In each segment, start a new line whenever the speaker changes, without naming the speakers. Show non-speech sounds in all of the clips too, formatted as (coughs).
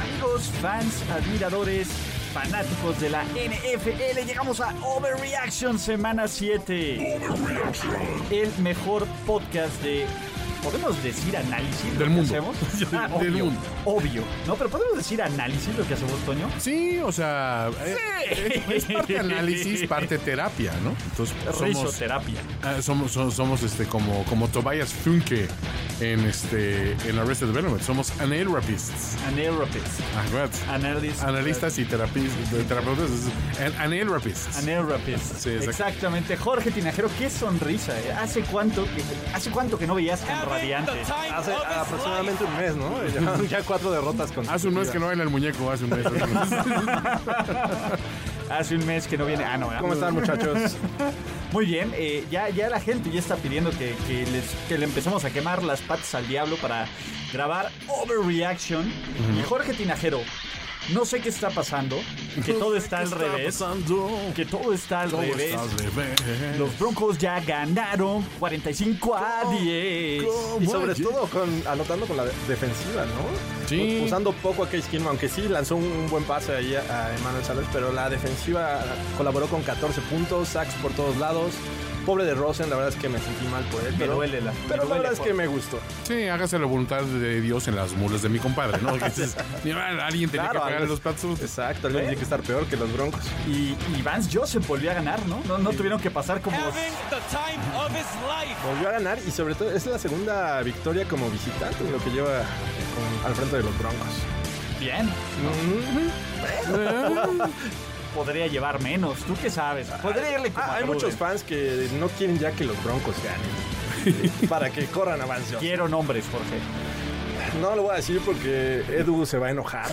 Amigos, fans, admiradores, fanáticos de la NFL, llegamos a Overreaction Semana 7. El mejor podcast de. ¿Podemos decir análisis? lo
Del
que
mundo.
Hacemos? Ah,
Del
obvio,
mundo.
Obvio. No, pero ¿podemos decir análisis lo que hacemos, Toño?
Sí, o sea, eh, es parte análisis, parte terapia, ¿no? Entonces somos,
Risoterapia.
ah, somos, so- somos, este como como Tobias Funke en este en Arrested Development, somos anelrapists.
Aneuropis.
Acuérdate.
Analis-
Analistas y terapis- de terapeutas, es- an- anelrapists.
Aneuropis.
Sí, exacto.
Exactamente. Jorge Tinajero, qué sonrisa. eh. ¿Hace cuánto que, hace cuánto que no veías tan radiante?
Hace aproximadamente un mes, ¿no? (laughs) Ya, ya cuatro derrotas con.
Hace un mes que no baila el muñeco, hace un mes. hace un mes.
Hace un mes que no viene. Ah, no. ¿verdad?
¿Cómo están, muchachos?
Muy bien, eh, ya, ya la gente ya está pidiendo que, que les, que le empecemos a quemar las patas al diablo para grabar Overreaction. Y Jorge Tinajero, no sé qué está pasando, que todo está al
¿Qué
revés,
pasando?
que todo está al
Todo
revés.
está al revés.
Los Broncos ya ganaron 45 a 10.
Y sobre
Oye.
todo con, anotando con la de- defensiva, ¿no?
Sí.
U- Usando poco a Case Keenum, aunque sí lanzó un, un buen pase ahí a, a Emmanuel Sanders, pero la defensiva colaboró con 14 puntos, sacks por todos lados. Pobre de Rosen, la verdad es que me sentí mal por él.
Me
pero,
duele la- me
Pero la
duele,
verdad es que
Jorge.
me gustó.
Sí, hágase la voluntad de Dios en las mulas de mi compadre, ¿no? Que dices, "Mira, alguien tenía que pagar
antes-
los platos.
Exacto,
¿Eh?
alguien tiene que estar peor que los broncos.
Y, y Vance Joseph volvió a ganar, ¿no? No, no tuvieron que pasar como...
Volvió a ganar y sobre todo es la segunda victoria como visitante en lo que lleva eh, con- al frente de los broncos.
Bien, (laughs) podría llevar menos, ¿tú qué sabes? Podría irle como
Ah,
a
hay
Gruden.
muchos fans que no quieren ya que los Broncos ganen.
(laughs)
para que corran avance.
Quiero nombres, Jorge.
No lo voy a decir porque Edu se va
(laughs)
a enojar.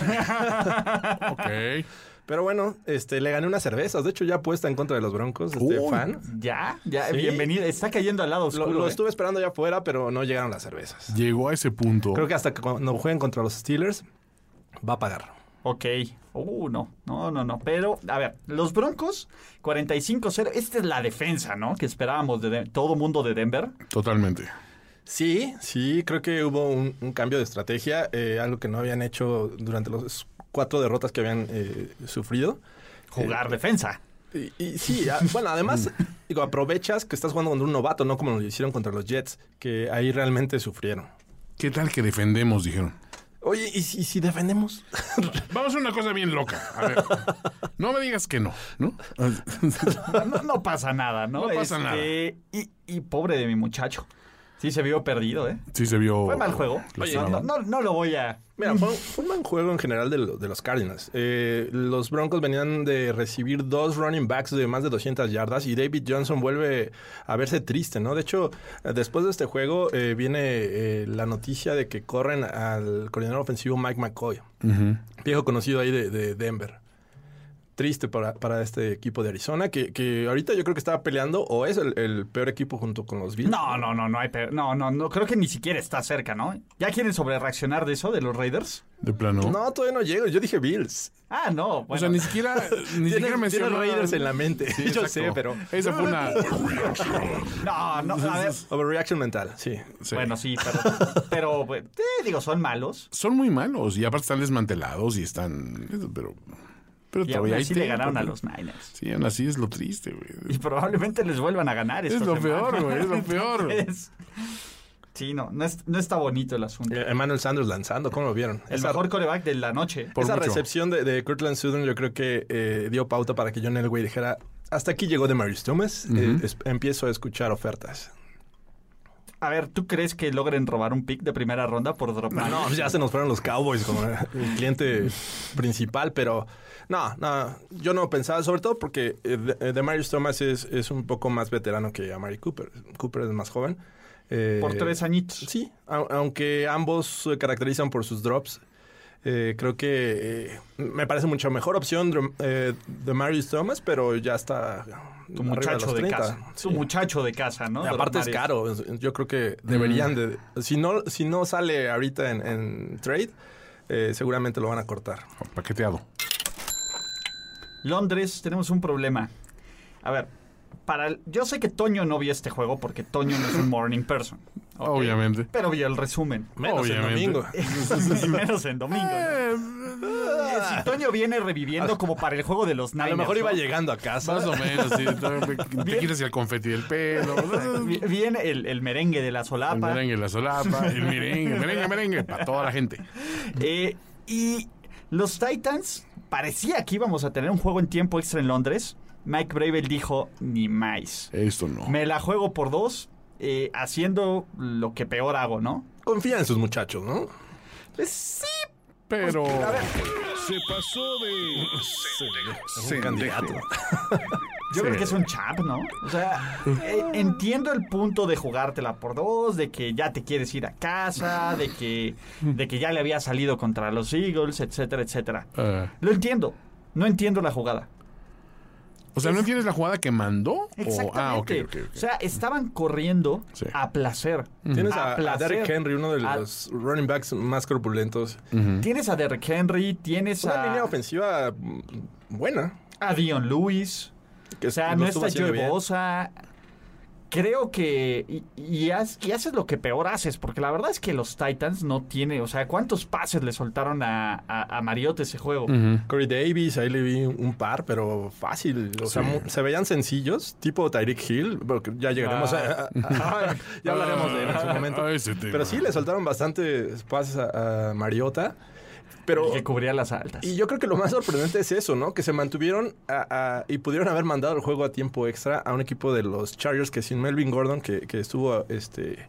Ok.
Pero bueno, este, le gané unas cervezas. De hecho, ya apuesta en contra de los Broncos, este
Uy.
fan.
Ya, ya,
Sí.
bienvenido. Está cayendo al lado
Lo,
oscuro.
lo
¿eh?
estuve esperando allá afuera, pero no llegaron las cervezas.
Llegó a ese punto.
Creo que hasta que cuando jueguen contra los Steelers, va a pagar.
Ok. Uh, no, no, no, no. Pero, a ver, los Broncos, 45-0. Esta es la defensa, ¿no? Que esperábamos de, de- todo mundo de Denver.
Totalmente.
Sí, sí, creo que hubo un, un cambio de estrategia, eh, algo que no habían hecho durante los cuatro derrotas que habían eh, sufrido.
Jugar defensa. (laughs)
Y, y sí, a- bueno, además, (laughs) digo, aprovechas que estás jugando contra un novato, no como lo hicieron contra los Jets, que ahí realmente sufrieron.
¿Qué tal que defendemos? Dijeron.
Oye, ¿y si, si defendemos?
Vamos a hacer una cosa bien loca.
(laughs)
A ver. No me digas que no, ¿no?
No, no pasa nada, ¿no? Este,
No pasa nada.
Y, y pobre de mi muchacho. Sí se vio perdido, ¿eh?
Sí se vio.
Fue mal juego.
Oye,
no, no, no- no lo voy a...
Mm.
Mira, fue, un- fue un buen juego en general de, lo- de los Cardinals. Eh, los Broncos venían de recibir dos running backs de más de 200 yardas y David Johnson vuelve a verse triste, ¿no? De hecho, eh, después de este juego eh, viene eh, la noticia de que corren al coordinador ofensivo Mike McCoy, viejo conocido ahí de, de Denver. Triste para, para este equipo de Arizona, que, que ahorita yo creo que estaba peleando o es el, el peor equipo junto con los Bills.
No, no, no, no hay... pe- No, no, no. Creo que ni siquiera está cerca, ¿no? ¿Ya quieren sobre reaccionar de eso, de los Raiders?
De plano.
No, todavía no llego. Yo dije Bills.
Ah, no. Bueno.
O sea, ni
(laughs)
siquiera, ni siquiera
Tienen- tienen
mencionó.
Raiders en la mente.
Sí,
(laughs) yo
exacto.
sé, pero...
Esa
(laughs)
fue una.
No, no, a ver.
Overreaction mental, sí.
Sí.
Bueno, sí, pero, pero pues, eh, digo, son malos.
Son muy malos y aparte están desmantelados y están. Pero. Pero
Y aún
todavía hay
así le
tiempo,
ganaron a
¿no?
los Niners.
Sí, aún así es lo triste,
(laughs)
güey.
Y probablemente les vuelvan a ganar.
Es
esta
lo
semana.
peor, güey, es
(laughs)
lo peor.
Entonces, sí, no, no, es- no está bonito el asunto.
Eh, Emmanuel Sanders lanzando, ¿cómo lo vieron?
El
esa
mejor coreback de la noche.
Por
esa
mucho.
recepción de, de Kirtland Sutton yo creo que eh, dio pauta para que John Elway dijera, hasta aquí llegó de Marius Thomas, eh, es- empiezo a escuchar ofertas.
A ver, ¿tú crees que logren robar un pick de primera ronda por drop?
No, ya se nos fueron los
(laughs)
Cowboys como el cliente principal, pero no, no, yo no pensaba, sobre todo porque eh, de, eh, de Marius Thomas es, es un poco más veterano que Amari Cooper. Cooper es más joven. eh,
Por tres añitos.
Sí, au- aunque ambos se caracterizan por sus drops. Eh, creo que eh, me parece mucho mejor opción de, eh, de Marius Thomas, pero ya está.
Tu
arriba
muchacho
los
de
30.
casa.
Sí.
Tu muchacho de casa, ¿no? Mm.
Y aparte es caro. Yo creo que deberían de. Si no, si no sale ahorita en, en trade, eh, seguramente lo van a cortar.
Paqueteado.
Londres, tenemos un problema. A ver, para el- yo sé que Toño no vio este juego porque Toño no es un morning person. ¿ok?
Obviamente.
Pero vio el resumen.
Menos el
Obviamente.
domingo.
Y menos en domingo. ¿no?
Eh,
Eh, Ah. Si Toño viene reviviendo como para el juego de los
A
Niners.
lo mejor iba
¿no?
llegando a casa.
Más o menos,
(laughs)
sí. Te quitas el confeti del pelo.
Vi- Viene el, el merengue de la
El
solapa.
merengue, la solapa,
(laughs)
el merengue, merengue, merengue, para toda la gente.
Eh, y los Titans, parecía que íbamos a tener un juego en tiempo extra en Londres. Mike Bravel dijo, ni más.
Esto no.
Me la juego por dos, eh, haciendo lo que peor hago, ¿no?
Confía en sus muchachos, ¿no?
Pues sí,
Pero.
Pues,
Se pasó de.
candidato.
yo
Sí.
creo que es un chap, ¿no? O sea, eh, entiendo el punto de jugártela por dos, de que ya te quieres ir a casa, de que, de que ya le había salido contra los Eagles, etcétera, etcétera.
eh,
Lo entiendo. No entiendo la jugada.
o sea, ¿no tienes la jugada que mandó? O,
Exactamente.
ah, Oh, ah, ok, ok, ok.
O sea, estaban corriendo
Sí.
a placer.
Tienes a, a
Mm. placer.
Derrick Henry, uno de
A-
los running backs más corpulentos.
Tienes a Derrick Henry, tienes
Una línea
a,
ofensiva mm, buena.
a Dion Lewis.
que
O sea,
lo
no
estuvo
está
haciendo bien.
Bosa. Creo que. Y, y haz- y haces lo que peor haces, porque la verdad es que los Titans no tiene. O sea, ¿cuántos pases le soltaron a, a, a Mariota ese juego?
Corey Davis, ahí le vi un par, pero fácil. O sea, mu- se veían sencillos, tipo Tyreek Hill, pero que ya llegaremos
Ah.
a, a- a- Ya hablaremos de él
(laughs)
en su momento.
Ah, ese tema.
Pero sí, le soltaron bastantes pases a, a Mariota. Pero,
Y que cubría las altas.
y yo creo que lo más sorprendente es eso, ¿no? Que se mantuvieron a- a- y pudieron haber mandado el juego a tiempo extra a un equipo de los Chargers que sin Melvin Gordon, que, que estuvo este,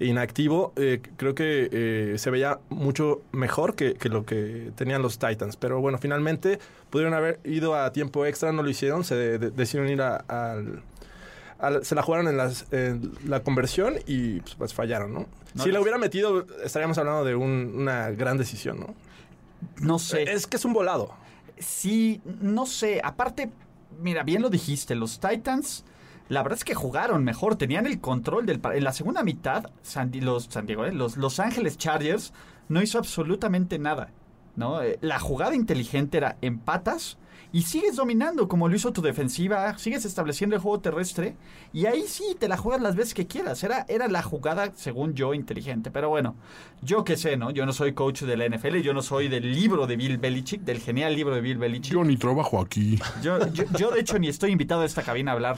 inactivo, eh, creo que eh, se veía mucho mejor que, que lo que tenían los Titans. Pero bueno, finalmente pudieron haber ido a tiempo extra, no lo hicieron, se de- de- decidieron ir a- al... al- se la jugaron en, las- en la conversión y pues, pues, fallaron, ¿no?
No
si la
les-
hubiera metido, estaríamos hablando de un- una gran decisión, ¿no?
no sé.
Es que es un volado.
Sí, no sé. Aparte, mira, bien lo dijiste, los Titans. La verdad es que jugaron mejor, tenían el control del par- En la segunda mitad, San Di- los San Diego, eh, los Los Ángeles Chargers no hizo absolutamente nada. ¿no? Eh, La jugada inteligente era empatas y sigues dominando como lo hizo tu defensiva, sigues estableciendo el juego terrestre y ahí sí te la juegas las veces que quieras. Era, era la jugada, según yo, inteligente. Pero bueno, yo qué sé, ¿no? Yo no soy coach de la NFL, yo no soy del libro de Bill Belichick, del genial libro de Bill Belichick.
Yo ni trabajo aquí.
Yo, yo, yo, de hecho, ni estoy invitado a esta cabina a hablar.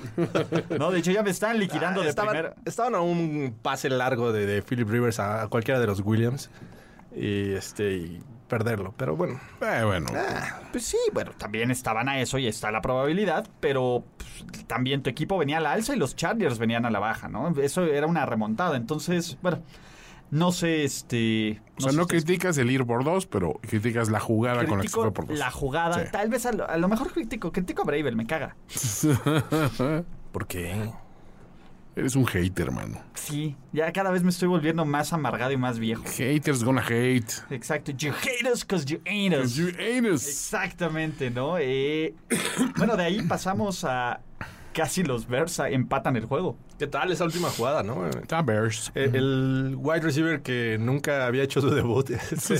No, de hecho, ya me están liquidando
Ah,
de
estaban,
primera.
estaban a un pase largo de, de Philip Rivers a, a cualquiera de los Williams y este y perderlo. Pero bueno,
Ah,
Eh, bueno.
Pues sí, bueno, también estaban a eso y está la probabilidad, pero pues, también tu equipo venía a la alza y los Chargers venían a la baja, ¿no? Eso era una remontada. Entonces, bueno, no sé, este.
O sea,
sé
no
ustedes-
criticas el ir por dos, pero criticas la jugada con la que se
critico
fue por dos.
la jugada.
Sí.
Tal vez a lo, a lo mejor critico, critico a Bravel, me caga.
¿por qué?
Eres un hater, hermano.
Sí, ya cada vez me estoy volviendo más amargado y más viejo.
Haters gonna hate.
Exacto. You hate us 'cause you ain't us.
You anus.
Exactamente, ¿no? Eh, (coughs) bueno, de ahí pasamos a casi los Versa empatan el juego.
¿Qué tal esa última jugada, no? Eh,
Ta Bears.
El, wide receiver que nunca había hecho su debut.
(laughs)
(laughs) este,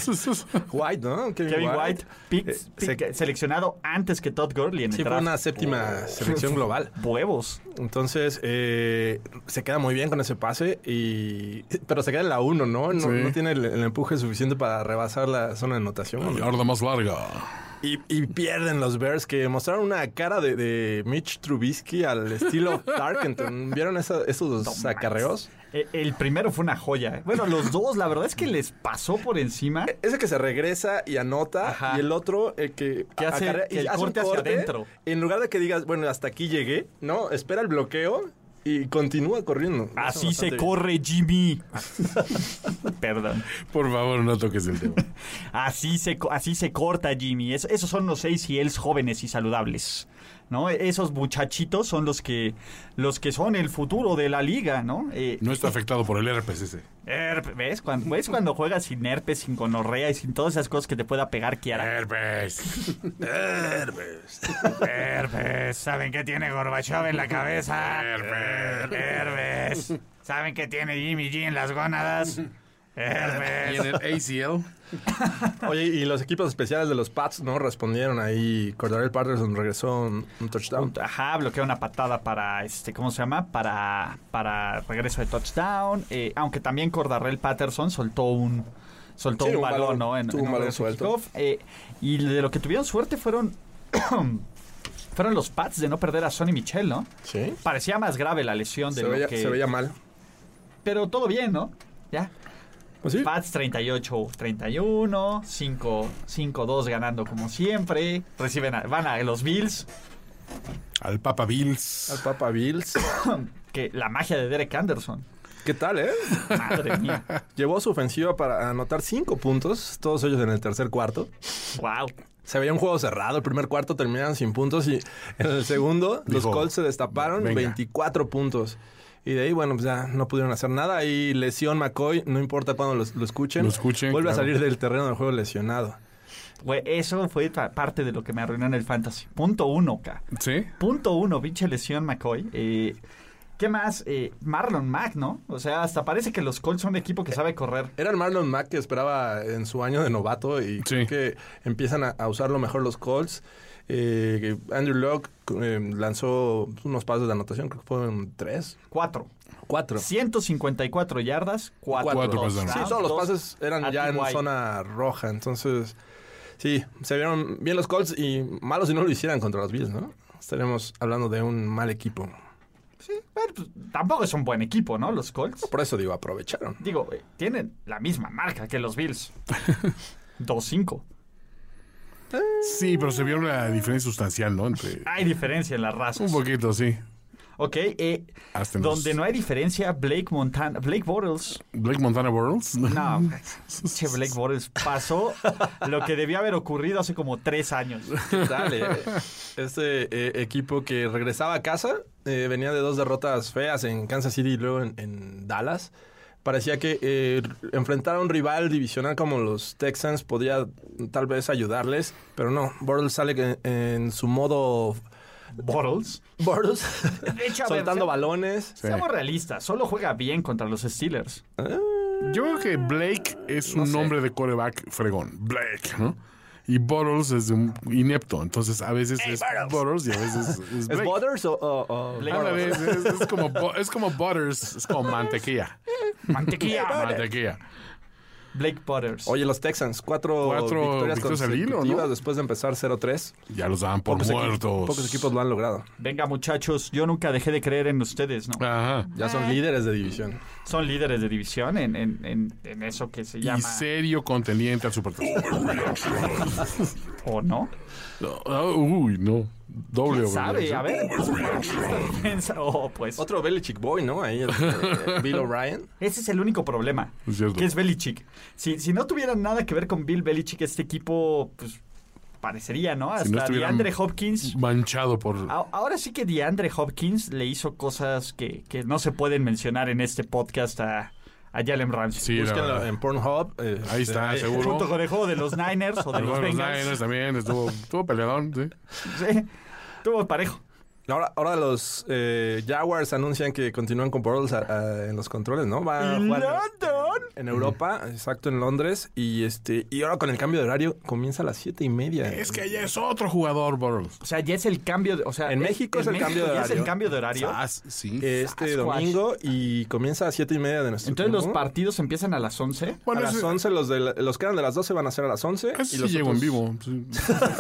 White, ¿no?
Kevin White, pick-
Eh, se-
pick- seleccionado antes que Todd Gurley en el
Sí, fue
draft.
una séptima selección global.
Huevos.
Entonces, eh, se queda muy bien con ese pase, y pero se queda en la 1, ¿no? No,
Sí.
no tiene el, el empuje suficiente para rebasar la zona de anotación. ¿no?
Yarda más larga.
Y, y pierden los Bears que mostraron una cara de, de Mitch Trubisky al
(laughs)
estilo Tarkenton. ¿Vieron esa- esos acarreos?
Eh, el primero fue una joya. eh. Bueno, los dos, la verdad es que les pasó por encima.
Ese que se regresa y anota,
Ajá.
y el otro el que,
Que hace-
acarrea
que el
hace un
corte hacia adentro.
En lugar de que digas, bueno, hasta aquí llegué, no, espera el bloqueo y continúa corriendo. Eso
Así se
bastante bien.
corre, Jimmy. (laughs) Perdón.
Por favor, no toques el tema.
Así se, co- así se corta, Jimmy. Es- esos son los seis y él jóvenes y saludables. ¿No? Esos muchachitos son los que, los que son el futuro de la liga, ¿no? Eh,
No está afectado por el RPCC.
Herpes. ¿Ves? Cuando, ¿Ves cuando juegas sin herpes, sin gonorrea y sin todas esas cosas que te pueda pegar Kiara?
Herpes.
Herbes.
Herpes. ¿Saben qué tiene Gorbachev en la cabeza?
Herpes.
Herpes. ¿Saben qué tiene Jimmy G en las gónadas?
Y
Herpes.
en el ACL.
Oye, y los equipos especiales de los Pats no respondieron ahí. Cordarel Patterson regresó un, un touchdown.
Ajá, bloquea una patada para, este, ¿cómo se llama? Para, para regreso de touchdown. Eh, aunque también Cordarrell Patterson soltó un, soltó
Sí,
un,
un
balón,
balón,
¿no?
tuvo un balón
regreso de
suelto.
kickoff. Eh, y de lo que tuvieron suerte fueron, (coughs) fueron los Pats de no perder a Sonny Michel, ¿no?
Sí.
Parecía más grave la lesión de
Se
lo
veía,
que...
se veía mal.
Pero todo bien, ¿no? Ya.
Pues sí.
Pats 38-31, 5-2 ganando como siempre. Reciben a- van a los Bills, (coughs)
Al Papa Bills.
Al Papa Bills.
que la magia de Derek Anderson.
¿Qué tal, eh?
Madre mía.
Llevó su ofensiva para anotar cinco puntos, todos ellos en el tercer cuarto.
Wow.
Se veía un juego cerrado. El primer cuarto terminaron sin puntos y en
(laughs)
el segundo los
Dijo,
Colts se destaparon
"Venga".
24 puntos. Y de ahí, bueno, pues ya no pudieron hacer nada. Y lesión McCoy, no importa cuándo los- lo, escuchen.
Lo escuchen,
Vuelve a
claro.
salir del terreno del juego lesionado.
Güey, eso fue pa- parte de lo que me arruinó en el fantasy. Punto uno, K.
Sí.
Punto uno, pinche lesión McCoy. Eh, ¿Qué más? Eh, Marlon Mack, ¿no? O sea, hasta parece que los Colts son un equipo que sabe correr.
Era el Marlon Mack que esperaba en su año de novato y creo
Sí.
que empiezan a, a usarlo mejor los Colts. Eh, que Andrew Locke eh, lanzó unos pasos de anotación, creo que fueron tres,
Cuatro.
cuatro.
154 yardas, cuatro.
Cuatro pases.
Sí,
touchdowns,
todos los
dos
pases eran
a
ya en
T.Y.
zona roja, entonces sí, se vieron bien los Colts y malos si no lo hicieran contra los Bills, ¿no? Estaríamos hablando de un mal equipo.
Sí, pero pues, tampoco es un buen equipo, ¿no? Los Colts.
Por eso digo, aprovecharon.
(laughs) Digo, eh, tienen la misma marca que los
(laughs)
Bills. 2-5.
Sí, pero se vio una diferencia sustancial, ¿no? Entre...
Hay diferencia en las razas.
Un poquito, sí.
Ok, eh,
Hasta en los-
donde no hay diferencia, Blake Montana, Blake Bortles
Blake Montana Worlds. (laughs)
No, che, Blake Bortles pasó lo que debía haber ocurrido hace como tres años.
Dale. Este eh, equipo que regresaba a casa eh, venía de dos derrotas feas en Kansas City y luego en, en Dallas. Parecía que eh, enfrentar a un rival divisional como los Texans podía tal vez ayudarles, pero no. Bortles sale que- en, su modo
Bortles.
Bortles,
De hecho, a ver,
soltando
se-
balones.
Sí.
Seamos realistas, solo juega bien contra los Steelers.
Yo creo que Blake es un
sé.
nombre de coreback fregón. Blake, ¿no? Y Bottles es un inepto. Entonces, a veces es Bottles y a veces es
¿Es
Blake.
Butters o, o- o
Blake.
Ándale, es, es- es como, bu- es como Butters, es como mantequilla.
(laughs) Mantequilla.
Mantequilla.
Blake Butters.
Oye, los Texans, cuatro,
Cuatro
victorias
victorias al hilo, ¿no?
consecutivas después de empezar 0-3.
Ya los daban por
Pocos equipos-
muertos.
pocos equipos lo han logrado.
Venga, muchachos, yo nunca dejé de creer en ustedes, ¿no?
Ajá.
Ya son líderes de división.
Son líderes de división en, en- en- en eso que se
Y
llama.
serio contendiente al Super Tazón.
¿O no?
No, no, Ah, Uy, no. Doble
¿Quién
overreaction.
sabe? A ver. (laughs) Piensa- Oh, pues.
Otro Belichick Boy, ¿no? Ahí, el, eh, Bill O'Brien.
Ese es el único problema.
Es cierto.
Que es Belichick. Si, si no tuvieran nada que ver con Bill Belichick, este equipo, pues, parecería, ¿no? Hasta
estuvieran-
DeAndre Hopkins.
Manchado por.
A- Ahora sí que DeAndre Hopkins le hizo cosas que, que no se pueden mencionar en este podcast a, a Jalen Ramsey.
(laughs) Sí, la
Búsquenlo
verdad.
en Pornhub. eh,
Ahí está,
eh,
seguro.
Junto con el juego de los Niners o de los
Bueno, (laughs) los
Bengals.
Niners también estuvo, estuvo peleadón, sí.
Sí, tuvo parejo.
Ahora, ahora los eh, Jaguars anuncian que continúan con Bortles a- a- en los controles, ¿no? Va a jugar
¡London!
en Europa, exacto, en Londres. Y este y ahora con el cambio de horario comienza a las siete y media.
Es que ya es otro jugador, Burles.
O sea, ya es el cambio. de- o sea,
En
eh,
México es
en
el cambio de
ya es el
horario.
cambio de horario.
sí.
Este
Sasquatch.
domingo y comienza a siete y media de nuestro
Entonces los
tiempo.
partidos empiezan a las 11.
bueno,
a las
ese-
11, los, de la- los que eran de las 12 van a ser a las 11.
ese
y
Pues sí
los
llego en
otros-
vivo. sí.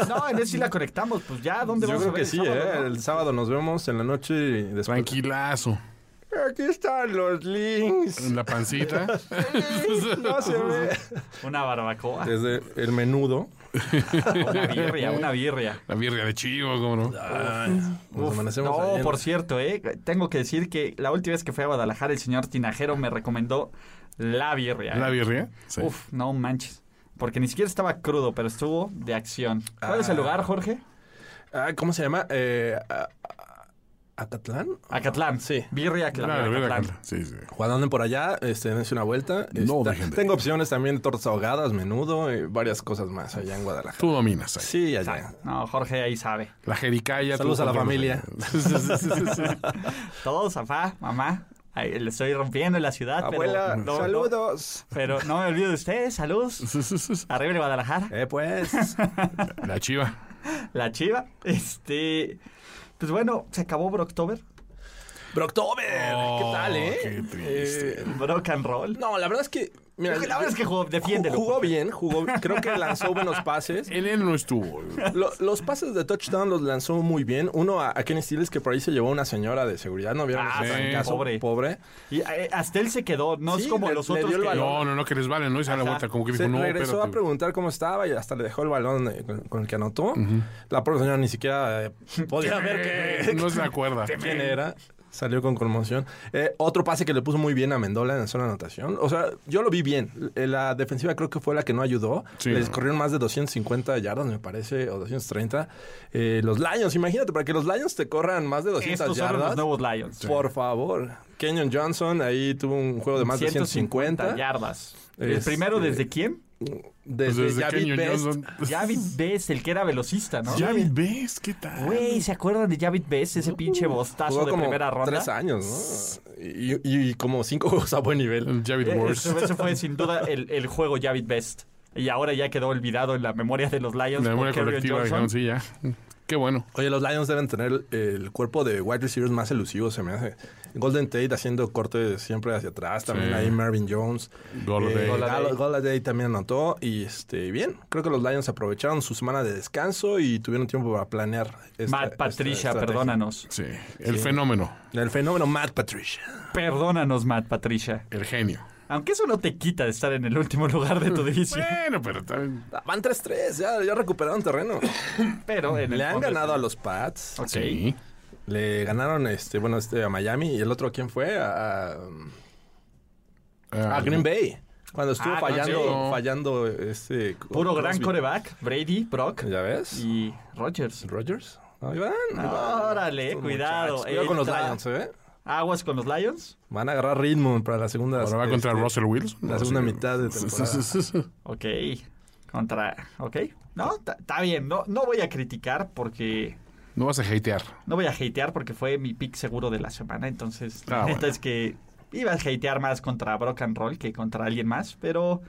No, en eso sí la conectamos. Pues ya, ¿dónde
Yo
vamos
creo
a ver
que sí,
el sábado,
¿eh?
no?
El sábado nos vemos en la noche y después.
Tranquilazo.
Aquí están los links.
En la pancita.
No se ve.
Una barbacoa,
Desde el menudo.
una birria, una birria.
la birria de chivo, cómo no.
Nos
Uf,
amanecemos ahí
no,
en-
por cierto, ¿eh? tengo que decir que la última vez que fui a Guadalajara, el señor Tinajero me recomendó la birria. ¿eh?
La birria. Sí.
Uf, no manches. Porque ni siquiera estaba crudo, pero estuvo de acción. ¿Cuál es el lugar, Jorge?
Ah, ¿Cómo se llama? Eh, ah, ah, Acatlán.
Acatlán.
Sí.
Birria Acatlán.
Claro,
Acatlán.
mira, Carla. Sí, sí.
Cuando anden por allá, este, dense una vuelta.
No
Está-
dejen de-
Tengo opciones también de tortas ahogadas, menudo, y varias cosas más allá en Guadalajara.
Tú dominas ahí.
Sí, allá.
No, Jorge ahí sabe.
La jericaya.
Saludos
tú
a la
controlas.
familia.
Sí, sí, sí, sí, sí.
Todos, papá, mamá. Ahí le estoy rompiendo en la ciudad. pero
Abuela,
no- no-
saludos.
pero no me olvido de ustedes. Salud. Arriba de Guadalajara.
Eh, (laughs) pues.
La chiva.
La chiva. Este. Pues bueno, se acabó Brocktober.
Broctober.
Oh,
¿Qué tal, eh?
qué triste.
Eh,
Brock and roll.
no, la verdad es que. Mira,
La verdad es que jugó,
ju-
defiéndelo.
jugó bien, jugó. Creo que lanzó buenos pases.
En él no estuvo.
Lo- los pases de touchdown los lanzó muy bien. Uno a, a Kenny Stills, que por ahí se llevó una señora de seguridad. ¿No vieron
Ah,
ese
sí,
trancazo?
pobre.
Pobre.
Y eh, hasta él se quedó. No es
Sí,
como
le-
los
le
otros.
dio el
que-
balón.
No, no, no, que les vale, ¿no? Y se da la
Ajá.
vuelta, como que dijo,
Se
no,
regresó
espérate.
a preguntar cómo estaba y hasta le dejó el balón eh, con, con el que anotó. La pobre señora ni siquiera eh, podía ver que-
Eh, No se acuerda.
(laughs) quién era. Salió con conmoción. Eh, otro pase que le puso muy bien a Mendola en la zona de anotación. O sea, yo lo vi bien. Eh, La defensiva creo que fue la que no ayudó.
Sí,
Les
no.
corrieron más de 250 yardas, me parece, o 230. Eh, los Lions, imagínate, para que los Lions te corran más de 200
Estos son los
yardas.
nuevos Lions.
Por favor. Kenyon Johnson ahí tuvo un juego de más de 150.
yardas. ¿El
Este-
primero desde quién?
Desde,
Pues Desde
Javid
Kenyon
Best.
Johnson.
Javid Bess, el que era velocista, ¿no?
Ya ves, ¿qué tal?
Güey, ¿se acuerdan de Javid Bess? Ese pinche bostazo
Uh, Jugó
de
como
primera ronda.
tres años, ¿no? Y, y- y como cinco (laughs) juegos a buen nivel.
El Javid
Eh,
Wars.
Ese, ese fue sin duda el, el juego Javid Best. Y ahora ya quedó olvidado en la memoria de los Lions.
La
por
memoria
Kerryon
colectiva,
Johnson.
digamos, sí, ya. Qué bueno.
Oye, los Lions deben tener el, el cuerpo de wide receivers más elusivo, se me hace. Golden Tate haciendo cortes siempre hacia atrás, también
Sí.
ahí Marvin Jones. Eh,
Golladay.
Golladay. Gall- Golladay también anotó. Y este, bien, creo que los Lions aprovecharon su semana de descanso y tuvieron tiempo para planear. esta-
Matt
esta
Patricia,
estrategia.
perdónanos.
Sí. El fenómeno.
El fenómeno Matt Patricia.
Perdónanos, Matt Patricia.
El genio.
Aunque eso no te quita de estar en el último lugar de tu división.
Bueno, pero también.
Ah, Van 3-3, ya, ya recuperaron terreno.
Pero en el
Le han
fondo-
ganado a los Pats.
Ok.
Sí.
Le ganaron este, bueno, este a Miami y el otro quién fue? A, a-
Ah,
a Green Bay. Cuando estuvo
Ah,
fallando,
sí.
fallando este
Puro gran
Crosby.
coreback. Brady, Brock
¿Ya ves?
y Rogers.
Rogers. Ahí van, ahí van.
Órale,
Ah, Estos
eh, cuidado,
muchachos. Cuidado con los
entra.
Lions, ¿eh?
Aguas con los Lions.
Van a agarrar ritmo para la segunda.
Ahora va
este,
contra Russell Wilson.
La
No,
segunda
sí.
mitad de temporada.
Ok. Contra. Ok. No, ta- está bien. No, no voy a criticar porque.
No vas a hatear.
No voy a hatear porque fue mi pick seguro de la semana. Entonces, la
Ah,
neta
bueno.
es que iba a hatear más contra Brock and Roll que contra alguien más. Pero.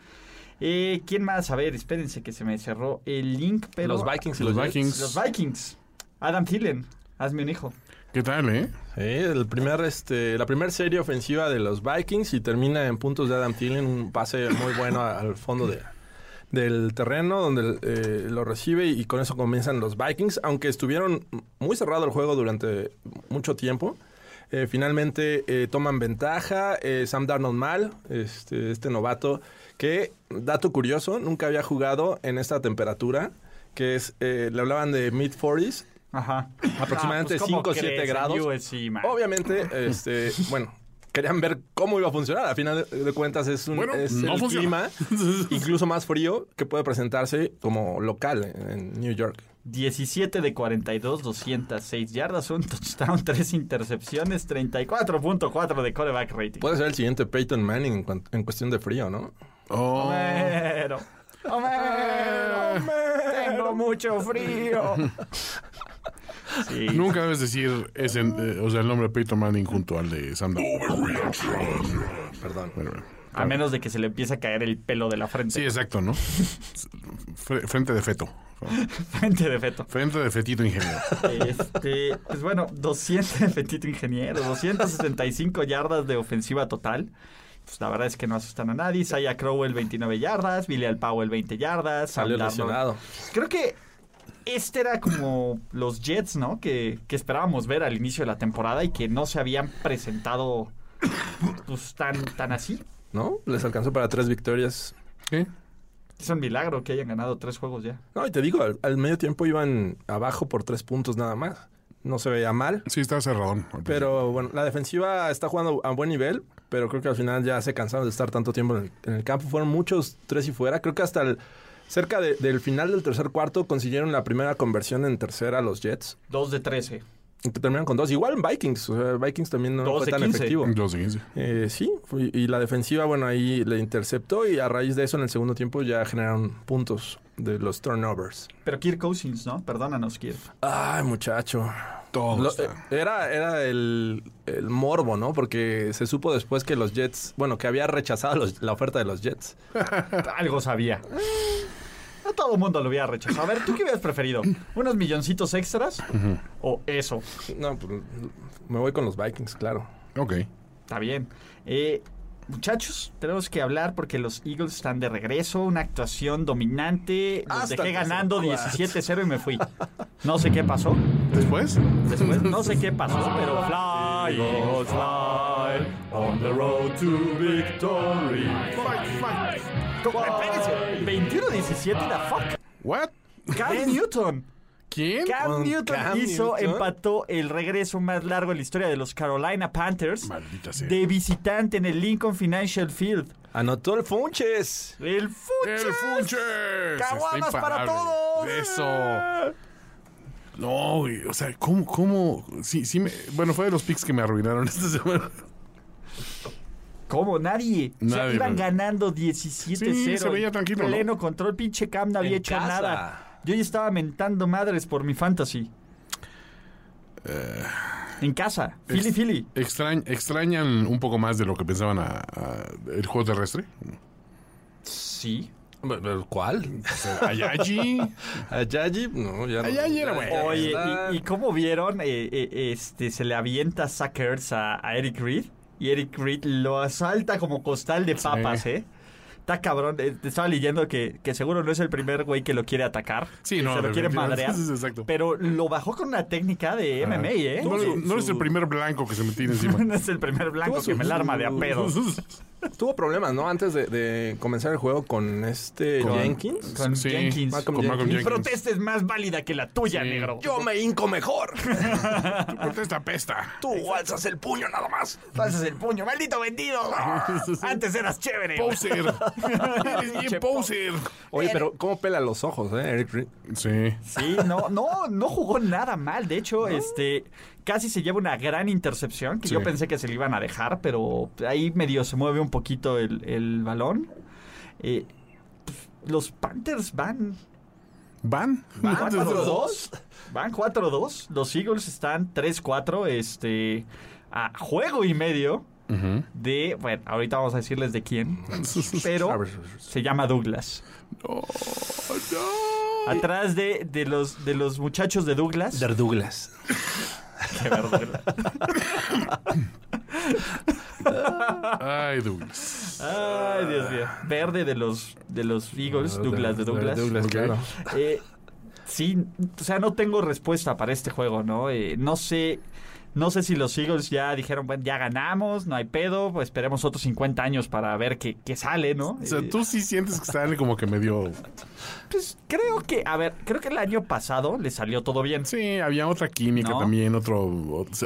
eh, ¿Quién más? A ver, espérense que se me cerró el link. Pero
los Vikings y
Los
los,
Vikings.
Los Vikings. Adam Thielen. Hazme un hijo.
¿Qué tal, eh?
Sí, el primer, este, la primera serie ofensiva de los Vikings y termina en puntos de Adam Thielen, un pase muy bueno a- al fondo de, del terreno donde eh, lo recibe y con eso comienzan los Vikings, aunque estuvieron muy cerrado el juego durante mucho tiempo. eh, finalmente eh, toman ventaja. eh, Sam Darnold Mal, este, este novato, que, dato curioso, nunca había jugado en esta temperatura, que es, eh, le hablaban de mid-40s,
Ajá.
Aproximadamente cinco o siete grados.
Obvio.
Obviamente, este, bueno, querían ver cómo iba a funcionar. Al final de- de cuentas es un
Bueno,
es
no
el
funciona.
clima
(laughs)
incluso más frío que puede presentarse como local en- en New York.
17 de 42, 206 yardas, un touchdown, (laughs) tres intercepciones, 34.4 de coreback rating.
Puede ser el siguiente Peyton Manning en, cuan- en cuestión de frío, ¿no?
Oh.
Homero. Homero. Tengo mucho (laughs) frío. Sí.
Nunca debes decir ese, eh, o sea, el nombre de Peyton Manning junto al de Sam Darnold.
Perdón.
Bueno, bueno.
A menos de que se le empiece a caer el pelo de la frente.
Sí, exacto, ¿no? Fre- Frente de feto.
Frente de feto.
Frente de fetito ingeniero.
Este, pues bueno, 200, Petito Ingeniero, 275 yardas de ofensiva total. Pues la verdad es que no asustan a nadie. Saya Crowell, 29 yardas. Billy Al Powell, 20 yardas. Sam
Salió
Darnold.
lesionado.
Creo que este era como los Jets, ¿no? Que, que esperábamos ver al inicio de la temporada y que no se habían presentado pues, tan, tan así.
¿No? Les alcanzó para tres victorias.
¿Qué?
Es un milagro que hayan ganado tres juegos ya.
No, y te digo, al, al medio tiempo iban abajo por tres puntos nada más. No se veía mal.
Sí, está cerradón.
Pero bueno, la defensiva está jugando a buen nivel, pero creo que al final ya se cansaron de estar tanto tiempo en el, en el campo. Fueron muchos tres y fuera. Creo que hasta el- cerca de- del final del tercer cuarto consiguieron la primera conversión en tercera los Jets.
Dos de 13.
Que terminaron con dos. Igual en Vikings. O sea, Vikings también no
Dos
fue
de
tan
15.
efectivo.
Los de 15.
Eh, sí, fue- y la defensiva, bueno, ahí le interceptó y a raíz de eso en el segundo tiempo ya generaron puntos de los turnovers.
Pero Kirk Cousins, ¿no? Perdónanos, Kirk.
Ay, muchacho.
Todo
Lo-
está.
eh, era era el, el morbo, ¿no? Porque se supo después que los Jets, bueno, que había rechazado los- la oferta de los Jets.
Algo sabía. Eh, A todo mundo lo había rechazado. A ver, ¿tú qué hubieras preferido? ¿Unos milloncitos extras? ¿O eso?
No, pues, me voy con los Vikings, claro.
Ok.
Está bien. Eh, muchachos, tenemos que hablar porque los Eagles están de regreso. Una actuación dominante. Los
Hasta
dejé
que
ganando
se jodan.
17-0 y me fui. No sé qué pasó.
Después,
Después, no sé qué pasó, pero fly, Eagles, fly on the road to victory. Como- espérense, 21-17, the fuck.
¿what?
Cam Newton.
¿Quién?
Cam Newton
Cam
hizo,
Newton.
empató el regreso más largo en la historia de los Carolina Panthers
Maldita sea.
de visitante en el Lincoln Financial Field.
Anotó el Funches.
El Fuchs.
¡El Funches!
¡Caguamas
Está
para
imparable.
todos!
¡Eso! No, güey, o sea, ¿cómo, cómo? Sí, sí me... Bueno, fue de los picks que me arruinaron (laughs) esta semana.
¿Cómo? Nadie. O sea,
Nadie,
iban
nadie.
ganando 17-0.
Sí, se veía tranquilo, ¿no?
Pleno control. Pinche Cam no había
En
hecho
casa.
nada. Yo ya estaba mentando madres por mi fantasy.
Eh.
En casa. Philly, Philly.
Extrañ- ¿Extrañan un poco más de lo que pensaban a, a el juego terrestre?
Sí.
¿Cuál?
O
(laughs)
sea, Ayaji.
(laughs) ¿A Yayi? No, ya no.
Yayi era bueno.
Oye,
Ah.
¿y, y cómo vieron? Eh, eh, este, se le avienta Sackers a, a Eric Reed. Y Eric Reed lo asalta como costal de papas, ¿eh? Está cabrón. Eh, Estaba leyendo que, que seguro no es el primer güey que lo quiere atacar.
Sí,
que
no,
Se lo quiere
definitivamente.
madrear.
(laughs) Sí, sí, exacto.
Pero lo bajó con una técnica de MMA, ¿eh?
No,
Su-
no eres el primer blanco que se me tiene
(laughs)
encima.
no es el primer blanco que me la arma de a pedo.
Tuvo problemas, ¿no? Antes de, de comenzar el juego con este
Con-
Jenkins.
Con
Sí,
Jenkins.
Malcolm
con Malcolm
Jenkins.
Mi
Jenkins.
protesta es más válida que la tuya,
Sí.
negro.
Yo me hinco mejor.
Tu (laughs) protesta
(laughs)
pesta.
Tú alzas el puño nada más.
pasas el puño. ¡Maldito
(laughs)
vendido! Antes eras chévere.
Poser.
(laughs)
Eres bien poser.
Oye, pero ¿cómo pela los ojos, eh, Eric Reed?
Sí.
Sí, no, no, no jugó nada mal. De hecho, este casi se lleva una gran intercepción que
Sí.
yo pensé que se le iban a dejar, pero ahí medio se mueve un poquito el, el balón. Eh, pues, los Panthers van.
¿Van?
¿Van 4-2? Van 4-2. Los Eagles están 3-4. Este. A juego y medio
Ujú.
de. Bueno, ahorita vamos a decirles de quién. Pero se llama Douglas.
Oh, no.
Atrás de, de los, de los muchachos de Douglas.
Douglas.
Qué verdura.
Ay, Douglas.
Ay, Dios mío. Verde de los, de los Eagles, Douglas de Douglas.
Douglas,
Ok.
claro.
Eh, sí, o sea, no tengo respuesta para este juego, ¿no? Eh, no sé. No sé si los Eagles ya dijeron, bueno, ya ganamos, no hay pedo, pues esperemos otros 50 años para ver qué, qué sale, ¿no?
O sea,
Eh,
tú sí sientes que sale como que medio.
pues creo que, a ver, creo que el año pasado le salió todo bien.
Sí, había otra química
¿No?
también, otro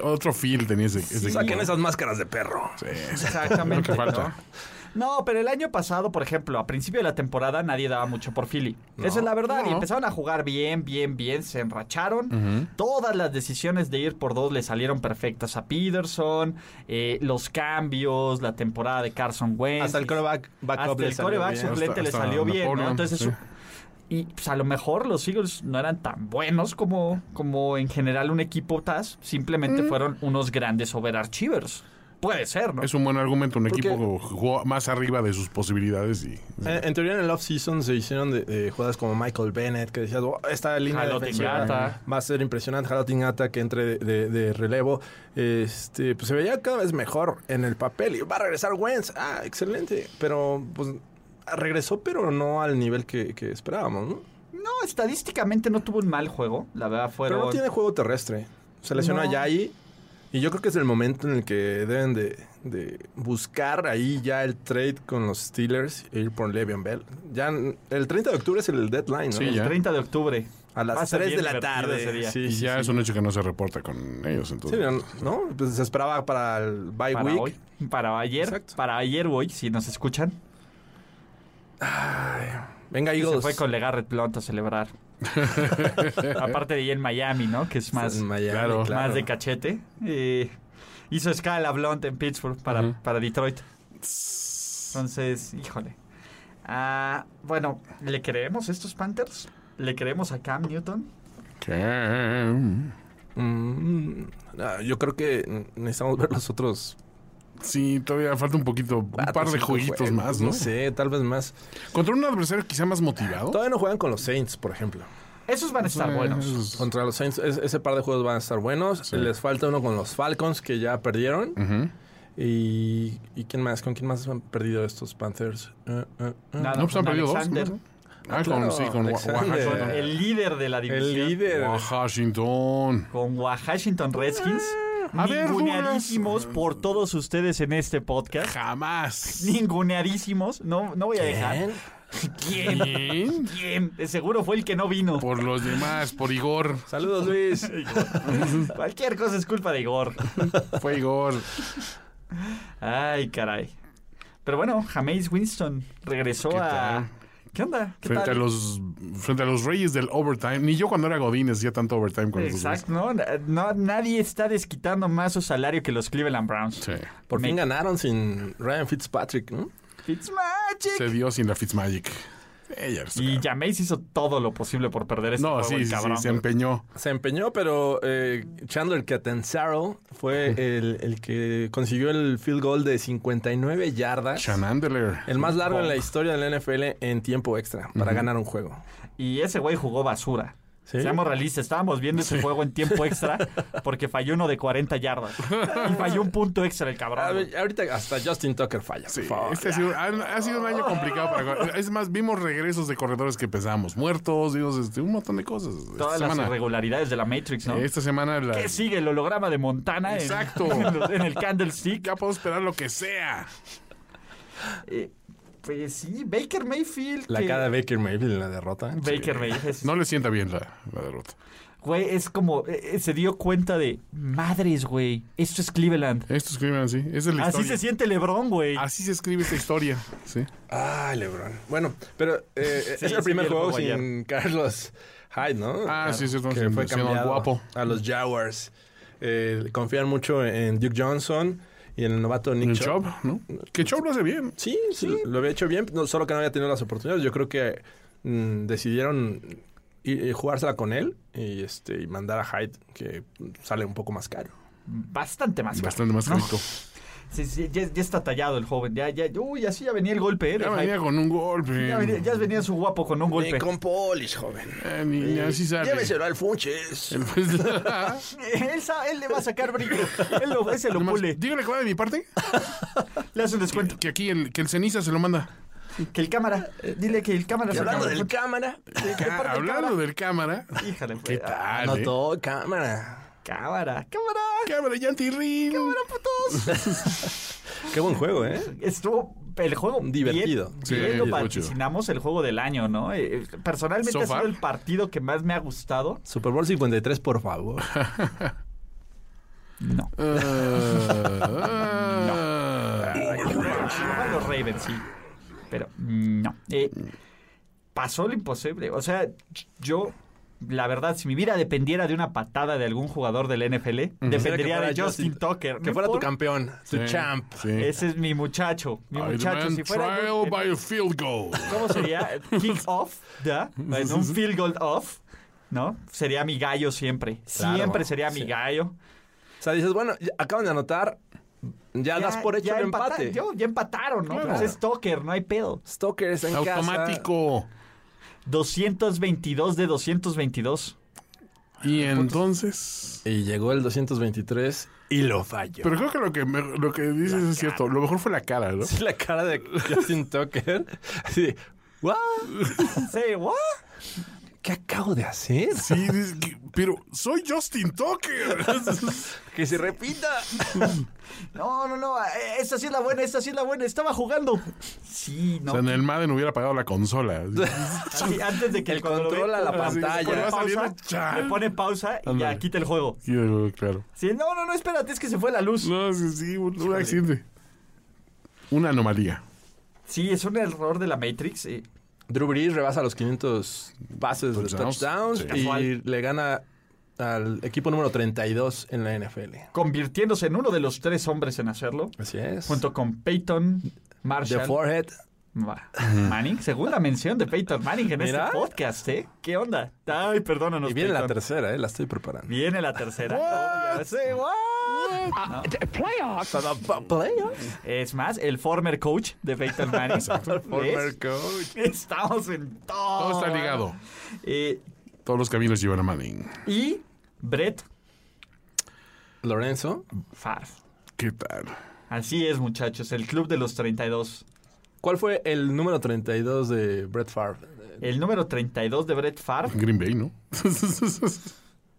otro feel tenía ese. ese
Saquen esas máscaras de perro.
Exactamente.
Lo que falta.
¿no? No, pero el año pasado, por ejemplo, a principio de la temporada nadie daba mucho por Philly. Esa es la verdad. Y
No.
empezaron a jugar bien, bien, bien. Se enracharon. Todas las decisiones de ir por dos le salieron perfectas a Peterson. eh, los cambios, la temporada de Carson Wentz.
Hasta el coreback backup
Hasta
le
el
salió
coreback
bien.
suplente
Hasta-
le
hasta
salió bien, ¿no?
Napoleon,
Entonces,
sí.
y pues, a lo mejor los Eagles no eran tan buenos como, como en general un equipo TAS. Simplemente fueron unos grandes overarchivers. Puede ser, ¿no?
Es un buen argumento, un
Porque-
equipo que jugó más arriba de sus posibilidades y
Eh, En teoría en el off-season se hicieron de, de jugadas como Michael Bennett, que decías, "Oh, esta línea
Jalo
defensiva
Tingata.
va a ser impresionante, Jalo Tingata que entre de, de- de relevo. Este, pues se veía cada vez mejor en el papel. Y va a regresar Wentz. Ah, excelente. Pero pues regresó, pero no al nivel que, que esperábamos, ¿no?
No, estadísticamente no tuvo un mal juego. La verdad fueron...
Pero no tiene juego terrestre. Se lesionó
No.
a Yayi. Y yo creo que es el momento en el que deben de, de buscar ahí ya el trade con los Steelers e ir por Le'Veon Bell. Ya n- el 30 de octubre es el deadline, ¿no?
Sí,
El
ya.
30 de octubre.
A
Va
las
ser
3
bien
de la
divertido
tarde.
ese día.
Sí,
y
sí,
ya
sí.
es un hecho que no se reporta con ellos.
Sí,
Entonces,
¿no? Pues se esperaba para el bye
Para
week.
hoy. Para ayer.
Exacto.
Para ayer hoy, si nos escuchan.
Venga,
Y
(laughs)
Eagles.
se fue con Legarrette Blount a celebrar. Aparte de ahí en Miami, ¿no? Que es más,
En Miami,
claro.
más de cachete. Eh, hizo escala Blunt en Pittsburgh para, para Detroit. Entonces, híjole. Ah, bueno, ¿le creemos a estos Panthers? ¿Le creemos a Cam Newton?
¿Qué?
Mm, ah, yo creo que necesitamos ver los otros
Sí, todavía falta un poquito, un
cuatro,
par de
cinco
jueguitos
juegos.
más, ¿no?
No sé, Ah, tal vez más.
Contra un adversario quizá más
Oh.
motivado.
Todavía no juegan con los Saints, por ejemplo.
Esos van a estar buenos.
Es-
Contra los Saints, es- ese par de juegos van a estar buenos. Les falta uno con los Falcons, que ya perdieron. y, ¿Y quién más? ¿Con quién más han perdido estos Panthers? Eh, eh, eh.
Nada,
No, pues
con
han perdido dos.
Alexander,
¿no? Ah,
claro,
con, sí, con Wa-
Alexander.
Washington.
El líder de la
El
división.
líder.
Washington.
Con Washington Redskins.
A ver,
ninguneadísimos por todos ustedes en este podcast.
Jamás.
Ninguneadísimos. No, no voy a
¿Eh?
dejar. ¿Quién?
¿Quién?
¿Quién? De seguro fue el que no vino.
Por los demás, por Igor.
Saludos, Luis.
Cualquier cosa es culpa de Igor.
Fue Igor.
Ay, caray. Pero bueno, Jameis Winston regresó
¿Qué
a.
tal?
¿Qué onda? ¿Qué
Frente a,
tal?
los, frente a los reyes del overtime. Ni yo cuando era Godín hacía tanto overtime con esos
Exacto, ¿no? No, nadie está desquitando más su salario que los Cleveland Browns.
güeyes. Sí.
Por
Me-
fin ganaron sin Ryan Fitzpatrick, ¿no?
Fitzmagic.
Se dio sin la Fitzmagic. Ella es-
Y Jameis hizo todo lo posible por perder este
No,
juego,
sí,
el
sí, sí,
cabrón.
se empeñó.
Se empeñó, pero eh, Chandler Catanzaro fue el, el que consiguió el field goal de 59 yardas.
Chanandler.
El más largo en la historia del NFL en tiempo extra para ganar un juego.
Y ese güey jugó basura.
¿Sí?
Seamos realistas, estábamos viendo ese juego en
(laughs)
tiempo extra porque falló uno de 40 yardas. Y falló un punto extra el
A
cabrón. güey.
ver, ahorita hasta Justin Tucker falla.
Sí,
por favor.
este ha sido, ha- ha sido un año complicado para Es más, vimos regresos de corredores que pensamos. Muertos, vimos este, un montón de cosas. Esta
Todas las
semana,
irregularidades de la Matrix, ¿no?
esta semana la-
¿Qué sigue? El holograma de Montana en- (laughs)
Exacto.
en, los- en el Candlestick.
ya puedo esperar lo que sea.
Eh, pues sí, Baker Mayfield.
La
que-
cara de Baker Mayfield en la derrota. ¿eh?
Baker Mayfield. es-
No le sienta bien la, la derrota.
Güey, es como. eh, eh, se dio cuenta de. Madres, güey. Esto es Cleveland.
Estos escriben así. Esa es la
Así
historia.
se siente LeBron, güey.
así se escribe esta historia. Sí.
Ay, LeBron. Bueno, pero eh,
Sí,
es
sí,
el primer
vi el
juego
juego ayer.
sin Carlos Hyde, ¿no?
Ah, sí, sí,
Que
sí,
fue
sí, siendo
cambiado
guapo.
a los Jaguars. Eh, confían mucho en Duke Johnson y en el novato Nick
El
Chubb.
Chubb, ¿no? Que Chubb lo hace bien.
Sí, sí, lo había hecho bien, no, solo que no había tenido las oportunidades. Yo creo que mm, decidieron i- i- jugársela con él y, este, y mandar a Hyde, que sale un poco más caro.
Bastante más. caro,
Bastante más
¿no?
correcto.
Sí, sí, ya, ya está tallado el joven. Ya, ya, uy, así ya venía el golpe. ¿eh?
Ya
Ajá.
venía con un
Ya venía-
golpe.
ya venía su guapo con un golpe.
polis, joven.
Eh, ni- ni así sale. (laughs) Pues,
al Funches.
Ah, él, sa- él le va a sacar brillo. Él lo, ese lo
Nomás,
pule.
Dígale que va de mi parte.
Le hace un descuento.
Que aquí el, que el ceniza se lo manda.
Que el cámara. eh, Dile que el cámara. se acaba.
cámara.
Ah, hablando del cámara.
Híjale, güey.
¿Qué tal? eh?
Anotó cámara.
Cámara, cámara.
Cámara, Yanti Rin.
Qué buen juego, ¿eh?
Estuvo el juego bien-
Divertido.
Bien,
Sí,
lo
estuvo
vaticinamos el juego del año, ¿no? Eh, eh, Personalmente
So
ha sido
far.
el partido que más me ha gustado.
Super Bowl 53, por (laughs) favor.
No.
Ah,
Pues Igual los Ravens, sí. Pero mm, no. Eh, pasó lo imposible. O sea, yo, la verdad, si mi vida dependiera de una patada de algún jugador del NFL, dependería
fuera
de Justin,
Justin-
Tucker.
Que
No
fuera tu
importa.
campeón, tu
sí,
champ.
sí.
Ese es mi muchacho. Mi Eh, muchacho.
Iron
Si
Man
fuera yo-
trial by a field goal.
¿Cómo sería?
(laughs)
Kick off, ¿ya? En un field goal off, ¿no? Sería mi gallo siempre.
Claro,
Siempre sería mi
sí.
gallo.
O sea, dices, bueno, ya acaban de anotar. Ya, das por hecho
ya
el
empata-
empate.
yo- ya empataron, ¿no?
Claro.
Pues es Tucker, no hay pedo.
Stalkers en casa.
Automático.
222 de 222.
Y entonces.
Y llegó el 223 y lo falló.
Pero creo que lo que, me- lo que dices es cierto. Lo mejor fue la cara, ¿no?
Sí, (laughs) la cara de Justin Tucker. Así de, ¿what?
Sí, ¿what?
¿Qué acabo de hacer?
Sí, dices que- pero soy Justin Tucker.
Que se repita.
No, no, no. eh, Esta sí es la buena, esta sí es la buena. Estaba jugando. Sí,
O
no.
sea, en el Madden hubiera pagado la consola.
(laughs)
Así, antes de que
El
cuando lo
controla
ve,
la
le pone
pantalla.
pausa,
Va saliendo,
le
chan.
pone pausa y ya
Ándale.
quita el juego.
Sí, eh, claro.
Sí, no, no, no, espérate, es que se fue la luz.
No, sí, sí, un, un accidente. Una anomalía.
Sí, es un error de la Matrix. eh,
Drew Brees rebasa los 500 pases de
Touchdowns.
touchdowns
Sí.
y le gana al equipo número 32 en la NFL.
Convirtiéndose en uno de los tres hombres en hacerlo,
Así es.
junto con Peyton
The
Marshall
Forehead.
Ma- Manning. Segunda mención de Peyton Manning en
Mira.
este podcast, ¿eh? ¿Qué onda? Ay, perdónanos.
Y viene la
Peyton.
tercera, ¿eh? La estoy preparando.
Viene la tercera. Oh,
Ah,
Obvio, sí, what? Es más, el former coach de
(laughs)
Peyton Manning. ¿Ves?
coach.
Estamos en todo.
Todo está ligado.
Eh,
Todos los caminos llevan a Manning.
y Brett
Lorenzo.
Favre.
¿Qué tal?
Así es, muchachos. El club de los 32.
¿Cuál fue el número 32 de Brett Favre?
El número 32 de Brett Favre
Green Bay, ¿no?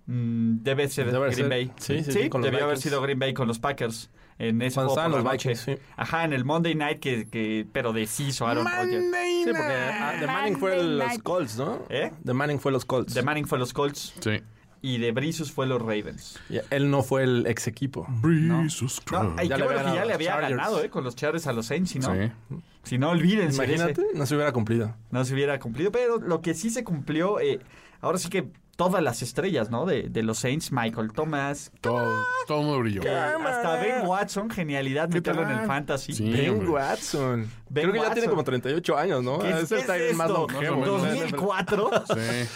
mm, debe ser
Debe
Green
ser-
Bay.
sí, sí, sí, con los
debió haber
Vikings.
sido Green Bay con los Packers. En ese juego
Cuando estaban
por
los
la
Vikings,
noche.
sí.
Ajá, en el Monday Night, que, que pero deshizo Aaron Rodgers.
Sí, porque ah, de Manning fue los Colts, ¿no?
¿Eh?
De Manning fue los Colts.
De Manning fue los Colts
Sí.
y de Brisus fue los Ravens.
Y él no fue el ex equipo.
Jesus
No, ay,
Christ.
Ya
qué
le
bueno que ya
había ganado
le
a
había
Chargers.
ganado eh, con los Chargers a los Saints, si no,
Sí.
si no olvídense de ese.
Imagínate, no se hubiera cumplido.
no se hubiera cumplido, pero lo que sí se cumplió, eh, ahora sí que todas las estrellas, ¿no? De, de los Saints, Michael Thomas,
Todo, todo el mundo brilló.
eh, hasta Ben Watson, genialidad meterlo en el
tal?
fantasy.
Sí.
Ben
hombre.
Watson.
Ben
Creo que ya
Watson.
tiene como 38 años, ¿no?
¿Qué es,
Es el
qué es
tight end más
esto?
longevo.
Más o menos.
¿2004?
Sí.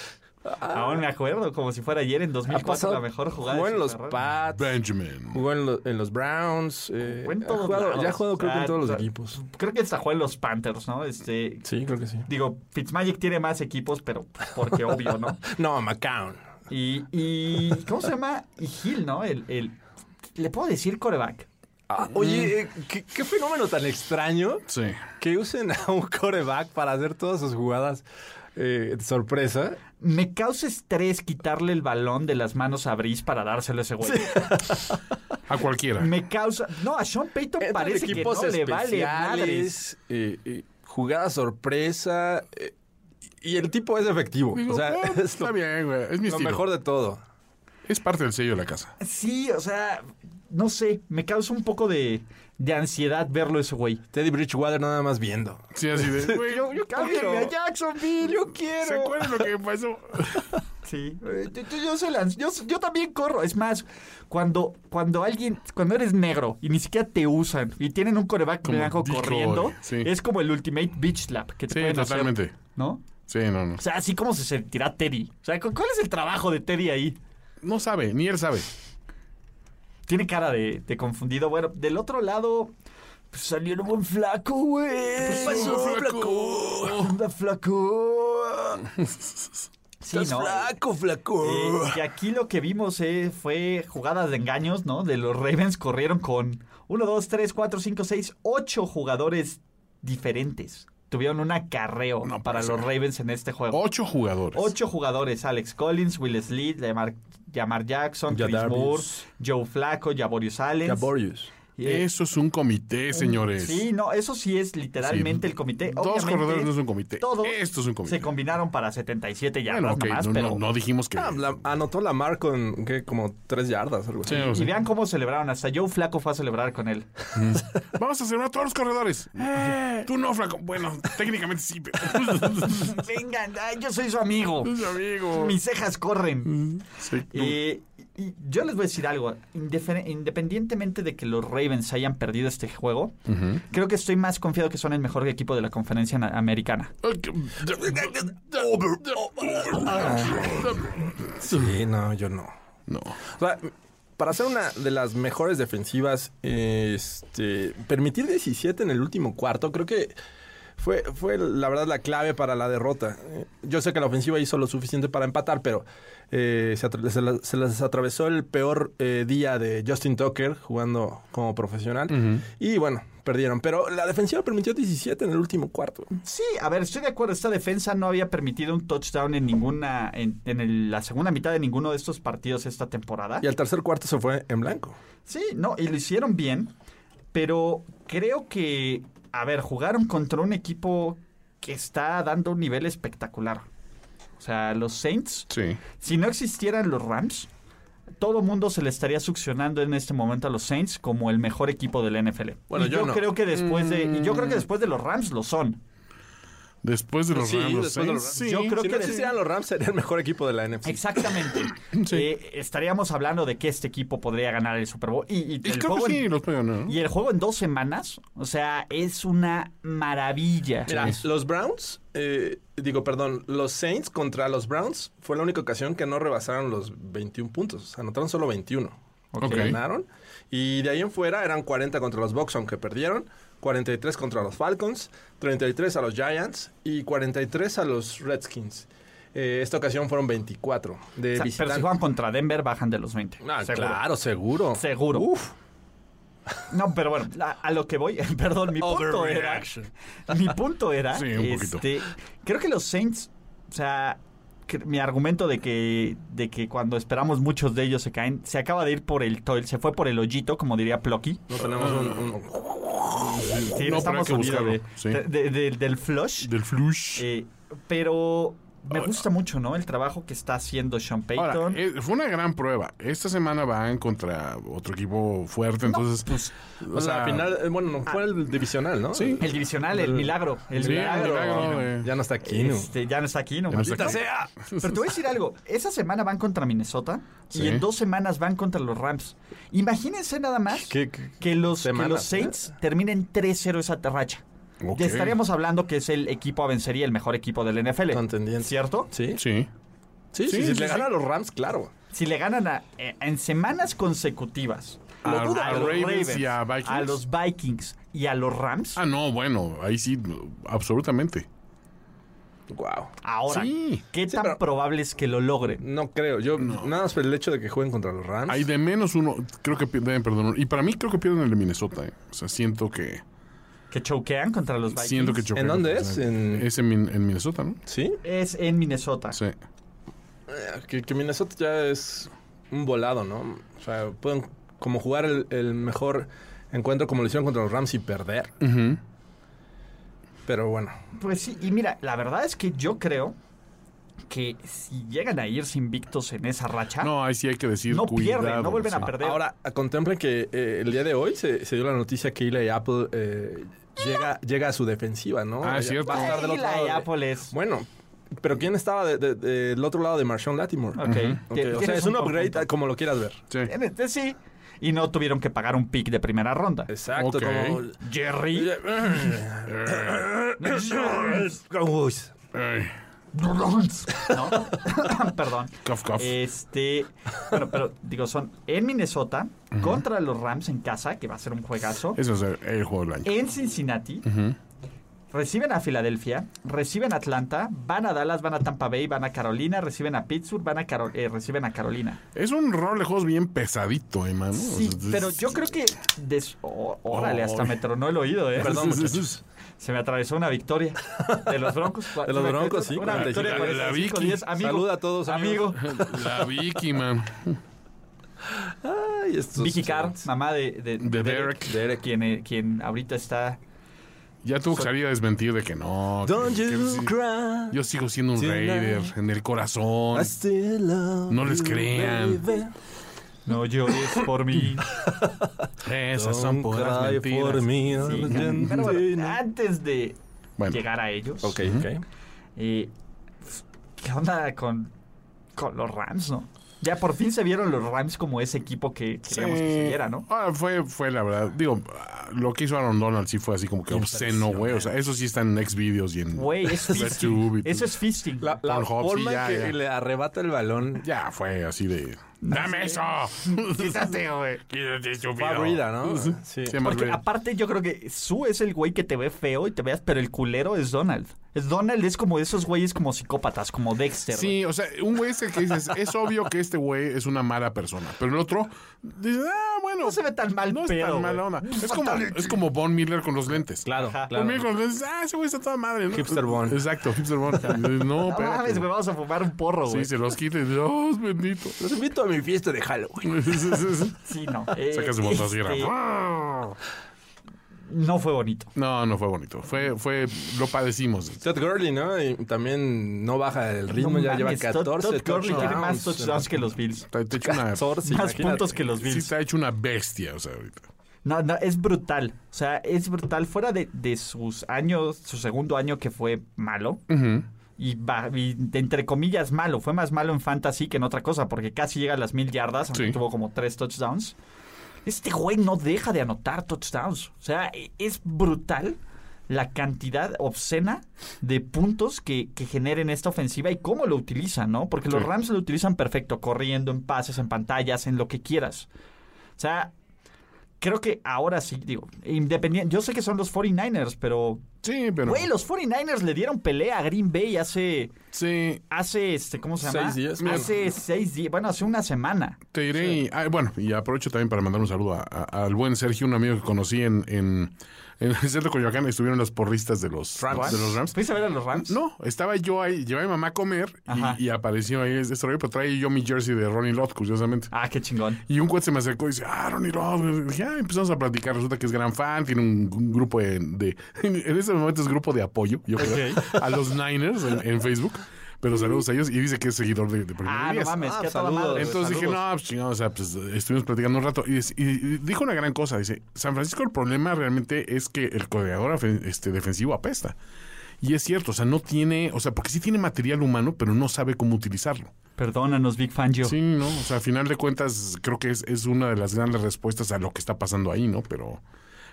Aún me acuerdo, como si fuera ayer en
Ha
2004
pasado-
la mejor jugada.
Jugó
de
en
su
los
carrera.
Pats,
Benjamin.
jugó en, lo- en los Browns. eh,
Jugó en
ha
todos
jugado-
lados.
ya ha jugado creo que
Ah,
en todos los
ah,
equipos.
Creo que hasta jugó en los Panthers, ¿no? Este,
Sí, creo que sí.
Digo, Fitzmagic tiene más equipos, pero porque obvio, ¿no?
No, McCown.
Y, y ¿cómo se llama? Y Hill, ¿no? El, el- le puedo decir coreback.
Ah, oye, eh, ¿qué, qué fenómeno tan extraño
Sí.
que usen a un coreback para hacer todas sus jugadas eh, de sorpresa.
Me causa estrés quitarle el balón de las manos a Brice para dárselo a ese güey.
A cualquiera.
Me causa. No, a Sean Payton
Entran
parece que no le vale madres.
especiales, eh, eh, jugada sorpresa. eh, y el tipo es efectivo.
Digo,
o sea, (laughs)
"Ah, (laughs)
es
está
lo,
bien, güey. Es mi
"Oh, lo
estilo.
mejor de todo.
Es parte del sello de la casa.
Sí, o sea, no sé. Me causa un poco de, de ansiedad verlo ese güey.
Teddy Bridgewater nada más viendo.
Sí, así de. güey,
Cámbiame a Jacksonville, yo
¿Se
quiero.
acuerdan lo que pasó?
Sí. Yo, yo- yo soy lanz- yo, yo también corro. Es más, cuando, cuando alguien, cuando eres negro y ni siquiera te usan y tienen un coreback
Como
blanco
decoy,
corriendo,
sí.
es como el ultimate bitch slap que te
Sí,
pueden hacer,
totalmente.
¿no?
Sí, no, no.
O sea, así como se sentirá Teddy. O sea, ¿cu- ¿cuál es el trabajo de Teddy ahí?
No sabe, ni él sabe.
Tiene cara de, de confundido. Bueno, del otro lado pues, salió un buen flaco, güey. ¿Qué
pasó, flaco?
flaco?
(laughs)
Sí, ¿no?
flaco.
Eh, y aquí lo que vimos eh, fue jugadas de engaños, ¿no? De los Ravens corrieron con 1, 2, 3, 4, 5, 6, 8 jugadores diferentes. Tuvieron un acarreo
No
para
puede
los
ser.
Ravens en este juego.
Ocho jugadores.
Ocho jugadores, Alex Collins, Will Sleed, Lamar, Lamar Jackson, Chris
Jadavius.
Moore, Joe Flacco, Javorius Allen.
Gaborius.
Eh,
Eso es un comité, señores.
Sí, no, eso sí es literalmente el comité.
Dos
Obviamente,
corredores no es un comité.
Todos
Esto es un comité.
se combinaron para 77 yardas
Bueno, ok,
nomás,
no,
pero...
no, no dijimos que.
Ah, la- anotó Lamar con ¿qué? como tres yardas. Algo
Sí,
así.
no
Y
sé.
Pues, vean cómo celebraron. Hasta Joe Flaco fue a celebrar con
(laughs)
él.
Vamos a celebrar a todos los corredores. Tú no, flaco. Bueno, técnicamente sí, pero.
Vengan, ay, yo soy su amigo.
Es mi amigo. Mm.
Mis cejas corren.
Sí, tú-
Eh, y yo les voy a decir algo. Indifer- Independientemente de que los Ravens hayan perdido este juego, creo que estoy más confiado que son el mejor equipo de la conferencia na- americana.
Sí, no, yo no.
No.
O sea, para ser una de las mejores defensivas, este, permitir 17 en el último cuarto, creo que fue, fue la verdad la clave para la derrota. Eh, Yo sé que la ofensiva hizo lo suficiente para empatar, pero eh, se, atra- se la- se les atravesó el peor eh, día de Justin Tucker jugando como profesional. Y bueno, perdieron. Pero la defensiva permitió 17 en el último cuarto.
Sí, a ver, estoy de acuerdo. Esta defensa no había permitido un touchdown en ninguna, en, en el- la segunda mitad de ninguno de estos partidos esta temporada.
Y al tercer cuarto se fue en blanco.
Sí, no, y lo hicieron bien, pero creo que, a ver, jugaron contra un equipo que está dando un nivel espectacular. O sea, los Saints,
Sí.
si no existieran los Rams, todo mundo se le estaría succionando en este momento a los Saints como el mejor equipo del NFL.
Bueno,
Y
yo no.
Mm.
creo que después de y yo creo que después de los Rams lo son.
Después de los
Sí,
Rams, los
después de los
Saints,
Rams.
sí.
Yo creo
si
que
no existieran los Rams, sería el mejor equipo de la NFC.
(coughs)
Exactamente. Eh, estaríamos hablando de que este equipo podría ganar el Super Bowl. Y, y
Y
el
creo
juego
que sí,
en,
los puede ganar. ¿no?
y el juego en dos semanas, o sea, es una maravilla.
Mira, los Browns, eh, digo, perdón, los Saints contra los Browns fue la única ocasión que no rebasaron los 21 puntos. O sea, anotaron solo 21.
Ok.
que Ganaron. Y de ahí en fuera eran 40 contra los Bucks, aunque perdieron. 43 contra los Falcons, 33 a los Giants y 43 a los Redskins. Eh, esta ocasión fueron 24 de
O sea, pero si
visitantes.
juegan contra Denver, bajan de los 20.
Ah,
seguro.
claro, seguro.
Seguro.
Uf.
No, pero bueno, a, a lo que voy, (laughs) perdón, mi punto era. Mi punto era.
Sí, un poquito.
este, creo que los Saints, o sea, que mi argumento de que, de que cuando esperamos muchos de ellos se caen, se acaba de ir por el toil, se fue por el hoyito, como diría Plucky.
No tenemos un- un
Sí,
No, pero hay
estamos
que
sonido
buscarlo,
de-
sí.
de- de- de- del flush.
Del flush.
Eh, pero me gusta mucho, ¿no? El trabajo que está haciendo Sean Payton.
Ahora, eh, fue una gran prueba. Esta semana van contra otro equipo fuerte, entonces... pues,
O, sea, al final, eh, bueno, no, fue el divisional, ¿no?
Sí.
el divisional, el milagro. eh, El
Sí, el
milagro.
milagro, eh.
Ya no está aquí, ¿no?
Este, ya no está aquí, ¿no?
Ya no está
Maldita
aquí.
sea. Pero te voy a decir algo. Esa semana van contra Minnesota
Sí.
y en dos semanas van contra los Rams. Imagínense nada más
¿Qué- qué-
que, los, que
semanas,
los Saints terminen 3-0 esa terracha.
Ok.
Ya estaríamos hablando que es el equipo a vencer y el mejor equipo del NFL.
Contendiente.
¿Cierto?
Sí.
Sí.
Sí,
Sí,
sí,
sí,
si le
sí.
gana a los Rams, claro.
Si le ganan a- eh, en semanas consecutivas
A,
lo dudo,
a
a los
Ravens, y a
Ravens,
Vikings.
a los Vikings y a los Rams,
Ah, no, bueno, ahí sí, absolutamente.
Wow.
ahora,
Sí.
¿qué
Sí,
tan
pero-
probable es que lo logren?
No creo. Yo, nada más por el hecho de que jueguen contra los Rams.
Hay de menos uno, creo que pi- deben perdonar. Y para mí creo que pierden el de Minnesota. eh. O sea, siento que...
¿Que choquean contra los Vikings?
Siento que chocan.
¿En dónde es?
En...
En-
Es en, Min- en Minnesota, ¿no?
Sí.
Es en Minnesota.
Sí.
Eh, Que, que Minnesota ya es un volado, ¿no? O sea, pueden como jugar el, el mejor encuentro como lo hicieron contra los Rams y perder.
Ujú.
Pero bueno.
Pues sí, y mira, la verdad es que yo creo que si llegan a irse invictos en esa
Ah.
racha, no,
No, ahí sí hay que decir cuidado.
pierden, no vuelven
sí.
a perder.
Ahora, contemplen que eh, el día de hoy se, se dio la noticia que Eli Apple eh, llega, llega a su defensiva, ¿no?
Ah,
Ya-
cierto.
Va a estar del otro
Ay,
lado.
la
de-
Apple es-
Bueno, pero ¿quién estaba de- de- del otro lado de Marshawn Latimore?
Ok.
Ok,
Tien-
O sea,
tienes
es un upgrade
conjunto.
a como lo quieras ver.
Sí.
Tienes- eh, Sí, y no tuvieron que pagar un pick de primera ronda.
Exacto,
Ok.
como... (coughs)
Jerry.
(laughs) Uy,
Ay,
¿no? (coughs) Perdón.
cough, cough.
Este, bueno, pero digo, son en Minnesota contra los Rams en casa, que va a ser un juegazo.
Eh.
Eso es el, el juego del año.
En Cincinnati. Reciben a Filadelfia, reciben a Atlanta, van a Dallas, van a Tampa Bay, van a Carolina, reciben a Pittsburgh, van a Caro- eh, reciben a Carolina.
Es un rol de juegos bien pesadito, eh,
Uh,
mano.
Sí, pero yo creo que... des- ó- órale, hasta
Ay.
me tronó el oído, ¿eh?
Perdón, muchachos.
(laughs) Se me atravesó una victoria de los
(laughs)
Broncos.
De los Broncos, sí,
Una
45.
victoria
La- la
45,
Vicky.
10. Amigo,
Saluda a todos,
amigo.
amigos.
La Vicky, man.
Ay, estos-
Vicky Carr, mamá de, de,
De Derek.
Derek, quien, eh, quien ahorita está...
Ya tuvo que salir a desmentir de que no. que-
Don't
que
you
sí.
cry.
Yo sigo siendo un
Tonight.
Raider en el corazón.
I still love
No les
you,
crean.
baby.
(laughs) No llores por (laughs) mí.
Esas son
Don't
puras
cry
mentiras.
for me.
Sí,
I'm
pero bueno, ah,
gentle.
antes de
Bueno.
llegar a ellos...
Ok, ok.
Eh, ¿Qué onda con, con los Rams, no? Ya por fin se vieron los Rams como ese equipo que queríamos que se
Sí.
viera, ¿no?
Ah, fue, fue la verdad. Digo, ah, lo que hizo Aaron Donald sí fue así como que obsceno, güey. O sea, eso sí está en Next Videos y en.
Güey, es
YouTube
fisting.
y todo.
Eso es fisting.
La, la
Pornhub, sí,
forma
ya,
que
ya.
le arrebata el balón
Ya fue así de. ¡Dame eso! (laughs)
(laughs)
Quítate, güey. Quítate,
fue
estúpido.
aburrida, ¿no? Sí.
Sí, más
Porque
bien.
aparte yo creo que Sue es el güey que te ve feo y te veas, pero el culero es Donald. Es Donald es como esos güeyes como psicópatas, como Dexter. güey.
Sí, o sea, un güey ese que dices, es obvio que este güey es una mala persona. Pero el otro, dices, ah, bueno.
No se ve tan mal
No es
pedo,
tan mala
güey.
onda. Es como, es como Von Miller con los lentes.
Claro,
Ajá.
Von
claro.
Miller con los lentes, ah, ese güey está toda madre. ¿no?
Hipster Von.
Exacto,
(laughs)
Hipster Von. No,
No
pero.
mames, güey, vamos a fumar un porro, güey.
Sí, se los quite. Dios bendito.
Los invito a mi fiesta
(laughs)
de Halloween.
Sí, no. Eh,
Saca su motosierra.
este, No fue bonito.
No, no fue bonito. Fue, fue, lo padecimos.
Todd Gurley, ¿no? Y también no baja el ritmo,
No
ya lleva
mames, Todd-
14
Todd Gurley tiene más touchdowns que los Bills. (laughs)
Te, te he hecho una,
Source,
más
imagínate.
puntos que los
sí,
Bills.
te ha hecho una bestia, o sea, ahorita.
No, no, es brutal. O sea, es brutal. Fuera de, de sus años, su segundo año que fue malo. Y, ba- y de entre comillas malo. Fue más malo en fantasy que en otra cosa, porque casi llega a las mil yardas, aunque
Sí.
tuvo como tres touchdowns. Este güey no deja de anotar touchdowns. O sea, e- es brutal la cantidad obscena de puntos que, que genera en esta ofensiva y cómo lo utilizan, ¿no? Porque los
Sí.
Rams lo utilizan perfecto, corriendo, en pases, en pantallas, en lo que quieras. O sea, creo que ahora sí, digo, independiente. Yo sé que son los 49ers, pero.
Sí, pero.
Güey, los 49ers le dieron pelea a Green Bay hace.
Sí,
Hace este, ¿cómo se llama?
Seis días, mira.
Hace seis días. Bueno, hace una semana.
te diré. y- ay, bueno, y aprovecho también para mandar un saludo a- a- al buen Sergio, un amigo que conocí en, en, en el centro de Coyoacán. Estuvieron las porristas de los
Rams.
De los Rams.
¿Fuiste a ver a los Rams?
No, estaba yo ahí, llevaba a mi mamá a comer y-
Ajá.
y, apareció ahí este rollo, pero traía yo mi jersey de Ronnie Lott, curiosamente.
Ah, qué chingón.
Y un cuate se me acercó y dice, ah, Ronnie Lott. Y dije, ah, empezamos a platicar. Resulta que es gran fan, tiene un, un grupo de, de- (laughs) En ese momento es grupo de apoyo, yo creo, a los Niners en, en Facebook. Pero saludos a ellos y dice que es seguidor de, de Primero
Ah,
y
no
Diez.
mames,
Ah,
qué a toda
saludos.
madre.
Entonces dije,
Saludos.
no, pues chingado, o sea, pues estuvimos platicando un rato y, es- y- y dijo una gran cosa. Dice, San Francisco el problema realmente es que el coordinador ofen- este, defensivo apesta. Y es cierto, o sea, no tiene, o sea, porque sí tiene material humano, pero no sabe cómo utilizarlo.
Perdónanos, Big Fan Joe.
Sí, ¿no? O sea, a final de cuentas, creo que es, es una de las grandes respuestas a lo que está pasando ahí, ¿no? Pero,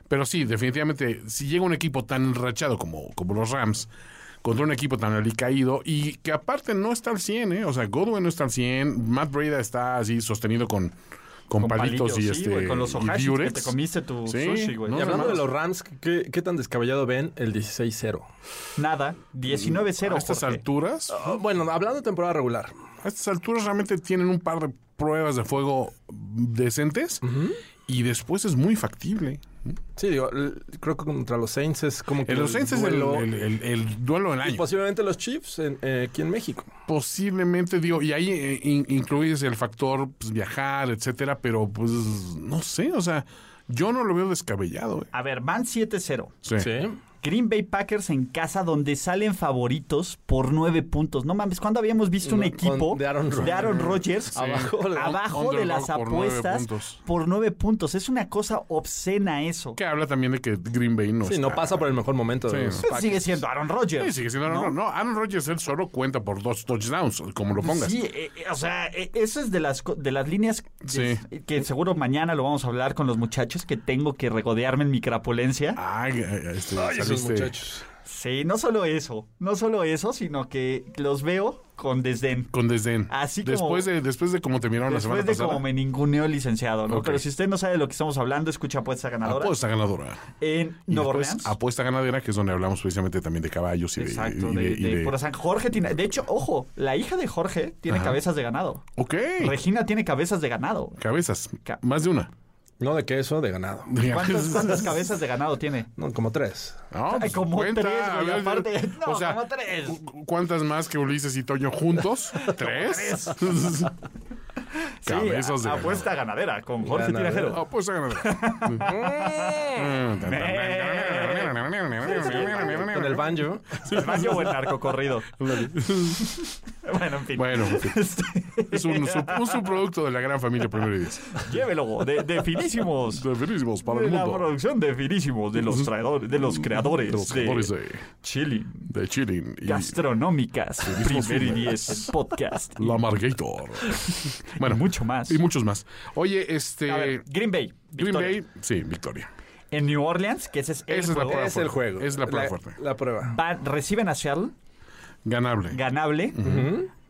pero sí, definitivamente, si llega un equipo tan enrachado como, como los Rams, contra un equipo tan alicaído, y que aparte no está al 100, ¿eh? O sea, Godwin no está al 100, Matt Breda está así sostenido con, con,
Con
palitos y
sí,
este.
güey, con los
y
ojashis que
diurex.
te comiste tu
Sí,
sushi, güey.
no,
Y
no,
hablando
no.
de los Rams, ¿qué, qué tan descabellado ven el 16-0?
Nada, 19-0.
A estas
Jorge.
alturas,
Ah, Bueno, hablando de temporada regular.
a estas alturas realmente tienen un par de pruebas de fuego decentes y después es muy factible.
Sí, digo, l- creo que contra los Saints es como que.
El los Saints es el,
duelo-
el- el- el duelo del
y
año.
posiblemente los Chiefs en- eh, aquí en México.
Posiblemente, digo, y ahí eh, in- incluyes el factor pues, viajar, etcétera, pero pues no sé, o sea, yo no lo veo descabellado. eh.
A ver, van 7-0.
Sí.
Green Bay Packers en casa donde salen favoritos por nueve puntos. No mames, ¿cuándo habíamos visto un
No,
equipo
con- de Aaron Rodgers.
Rodgers
Abajo,
abajo de
Underdog
las
por nueve
apuestas
puntos.
por nueve puntos? Es una cosa obscena eso.
Que habla también de que Green Bay no
Sí, no
está-
pasa por el mejor momento.
Sí.
de los
Pero
Packers.
sigue siendo Aaron Rodgers.
Sí, sigue siendo Aaron Rodgers. No, Aaron Rodgers él solo cuenta por dos touchdowns, como lo pongas.
Sí, eh, eh, o sea, eh, eso es de las, co- de las líneas de-
Sí.
que seguro mañana lo vamos a hablar con los muchachos que tengo que regodearme en mi crapulencia.
Ay, eh, este,
Ay, esos
saliste-
muchachos.
Sí, no solo eso, no solo eso, sino que los veo con desdén.
Con desdén.
Así como-
después de Después de cómo te miraron la semana
Después de como
pasada.
me ninguneó licenciado, ¿no?
Ok.
Pero si usted no sabe de lo que estamos hablando, escucha apuesta ganadora
Apuesta ganadora.
en
Y
Nueva
después,
Orleans.
apuesta ganadera, que es donde hablamos precisamente también de caballos y de-
Exacto,
y
de,
de- y
de-
de-
por San Jorge tiene. De hecho, ojo, la hija de Jorge tiene cabezas de ganado.
Ok.
Regina tiene cabezas de ganado.
Cabezas.
Ca-
Más de una.
No de queso, de ganado.
(laughs)
¿Cuántas, cuántas cabezas de ganado tiene?
No, como tres.
No,
Ay,
pues,
como tres,
a
güey,
ver,
aparte. No,
(laughs) o sea,
como tres.
cu- cu- ¿Cuántas más que Ulises y
(laughs)
Toño juntos? ¿Tres? (laughs)
Sí,
Cabezas de
a- apuesta ganadera con Jorge
Ganadera.
Tirajero.
Oh, pues
Con
¿eh?
(laughs)
el banjo.
pues,
El baño o el narco
(laughs)
corrido. (laughs) bueno, en fin.
Bueno,
Este,
es un, sub- un subproducto de la gran familia Primero y Diez.
llévelo, de, de finísimos.
De Finísimos para
de
el
la
mundo.
producción de finísimos, de los traidores, de los creadores,
De los creadores de,
Chile.
de Chilling y
Gastronómicas, primer y
Finísimos.
diez, podcast. (laughs)
la Margator. Bueno,
Mucho más.
y muchos más. Oye, este.
A ver, Green Bay.
Green
victoria.
Bay, sí, victoria.
En New Orleans, que ese es el
Esa es la
juego,
prueba.
Es el juego.
Es la prueba fuerte.
La prueba.
van- reciben a Seattle,
Ganable.
ganable.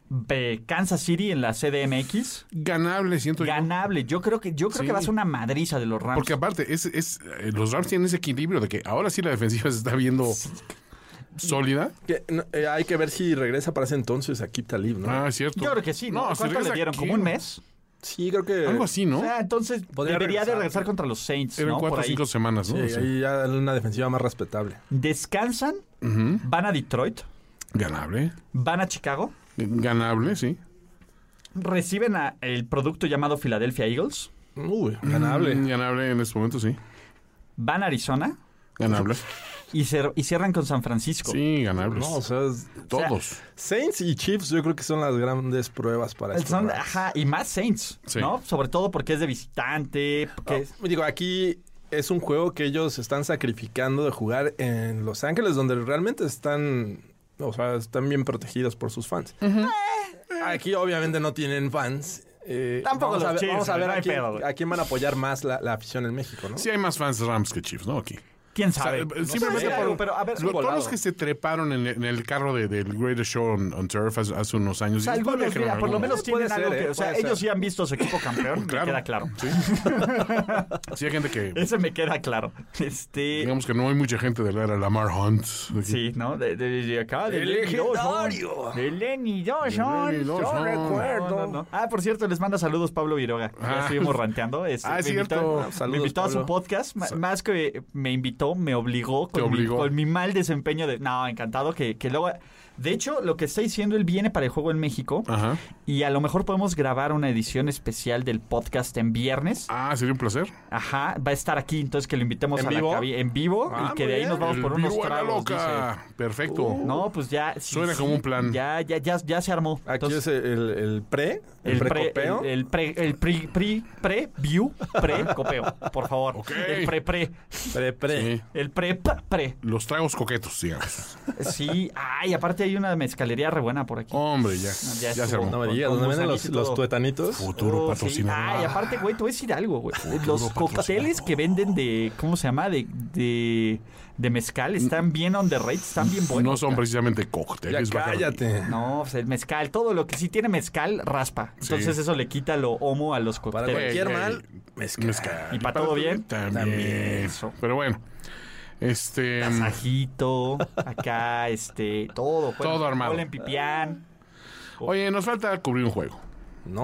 Ve Kansas City en la CDMX,
Ganable, siento yo.
ganable. Yo creo que yo creo
Sí.
que va a ser una madriza de los Rams.
Porque aparte, es, es, eh, los Rams tienen ese equilibrio de que ahora sí la defensiva se
(laughs)
está viendo sólida.
Que, no, eh, hay que ver si regresa para ese entonces aquí Talib, ¿no?
Ah, es cierto.
yo creo que sí, ¿no?
si
¿Cuánto
regresa
le dieron?
aquí,
¿Como un mes?
Sí, creo que.
Algo así, ¿no?
O sea, entonces
Podría
debería de
regresar.
regresar contra los Saints,
Eran
¿no? Por
cuatro o
ahí.
cinco semanas,
Sí,
¿no? Sí.
eh, ahí ya una defensiva más respetable.
Descansan, van a Detroit,
Ganable.
van a Chicago,
Ganable, sí.
reciben a el producto llamado Philadelphia Eagles,
Uy, ganable.
Mm, Ganable en este momento, sí.
van a Arizona (laughs)
Ganable.
y, cer- y cierran con San Francisco.
Sí, ganables.
No, o sea, es-
Todos.
Saints y Chiefs yo creo que son las grandes pruebas para esto.
Son- ajá, y más Saints,
Sí. Ah,
¿no? Sobre todo porque es de visitante, porque es-
Oh, Digo, aquí es un juego que ellos están sacrificando de jugar en Los Ángeles, donde realmente están, o sea, están bien protegidos por sus fans. Eh, Aquí obviamente no tienen fans. Eh,
Tampoco
vamos a
los
ver,
Chiefs,
vamos a
güey,
ver
no hay
a, quién,
pedo, güey.
a quién van a apoyar más la, la afición en México, ¿no?
Sí hay más fans Rams que Chiefs, ¿no? Aquí.
¿Quién
O sea,
sabe?
eh,
No
simplemente
sé,
por-
pero a ver, eh,
lo- todos
volado.
los que se treparon en, en el carro de- del Greatest Show on, on Turf hace, hace unos
O
años.
sea,
y todavía
algunos,
creo en
mira, por lo
algunos.
menos
Puede
tienen algo
ser,
que.
¿eh?
O sea,
Puede
ellos
ser.
sí han visto a su equipo campeón,
Claro.
me queda claro.
Sí hay gente que...
Ese me queda claro. Este.
Digamos que no hay mucha gente de la era Lamar Hunt.
Sí, ¿no? De, de, de acá, de
El
Lenny
legendario.
Dawson. De Lenny Dawson.
De Lenny
Yo
Dawson.
recuerdo.
No, no,
Ah, por cierto, les manda saludos Pablo Viroga. Ya
Ah.
estuvimos ranteando. Este,
Ah, es
me invitó-
cierto.
Saludos,
me invitó a su
Pablo.
podcast. ma- Más que me invitó, me obligó con,
Te obligó.
Mi, con mi mal desempeño de. No, encantado que, que luego. De hecho, lo que está diciendo, él viene para el juego en México.
Ajá.
Y a lo mejor podemos grabar una edición especial del podcast en viernes.
Ah, sería un placer.
Ajá, va a estar aquí, entonces que lo invitemos
¿En
a
vivo?
la cabi- en vivo
Ah,
y que
muy
de ahí
bien.
nos vamos
El
por unos
Vivo a la
tragos.
loca. Perfecto.
dice. No, pues ya. sí,
Suena
sí,
como un plan.
Ya, ya, ya, ya se armó.
Aquí
Entonces,
es el, el pre, el,
el pre,
precopeo.
el, el pre, el pre, pre, pre, view, pre, copeo, por favor.
Ok.
El pre, pre,
pre, pre.
Sí.
el pre, pa, pre.
Los tragos
(laughs)
coquetos, digamos.
Sí, ay, aparte hay una mezcalería re buena por aquí.
Hombre, ya.
Ya
Ya,
estuvo.
se armó.
Oh, No me
Con-
digas,
con
¿dónde venden los,
gusanito y todo.
los tuetanitos?
Futuro
Oh, sí.
patrocinador.
Ay, aparte, güey, te voy a decir algo, güey.
Oh,
Los
patrocinador.
cócteles que venden de, ¿cómo se llama? De, de, de mezcal
Mm.
están bien on the rate, están bien buenos.
no son precisamente
Ya
cócteles. Bacardi.
cállate.
No, pues el mezcal, todo lo que sí tiene mezcal, raspa. Entonces
Sí.
eso le quita lo homo a los
Para
cócteles.
cualquier
güey.
mal, mezcal.
Mezcal.
¿Y pa' todo bien?
También.
También. Eso.
Pero bueno. Este.
Sajito, acá, este, todo. bueno,
Todo armado.
mole en pipián.
Oye, nos falta cubrir un juego.
No,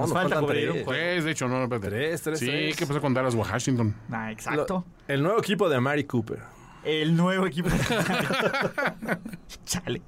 Nos
nos,
falta
faltan
cubrir un
tres.
juego.
Tres, de hecho, no, espérate.
Tres, tres,
Sí,
tres.
¿qué pasó con Dallas Washington?
Ah,
Lo-
exacto.
el nuevo equipo de Mary Cooper.
El nuevo equipo.
(laughs)
Chale.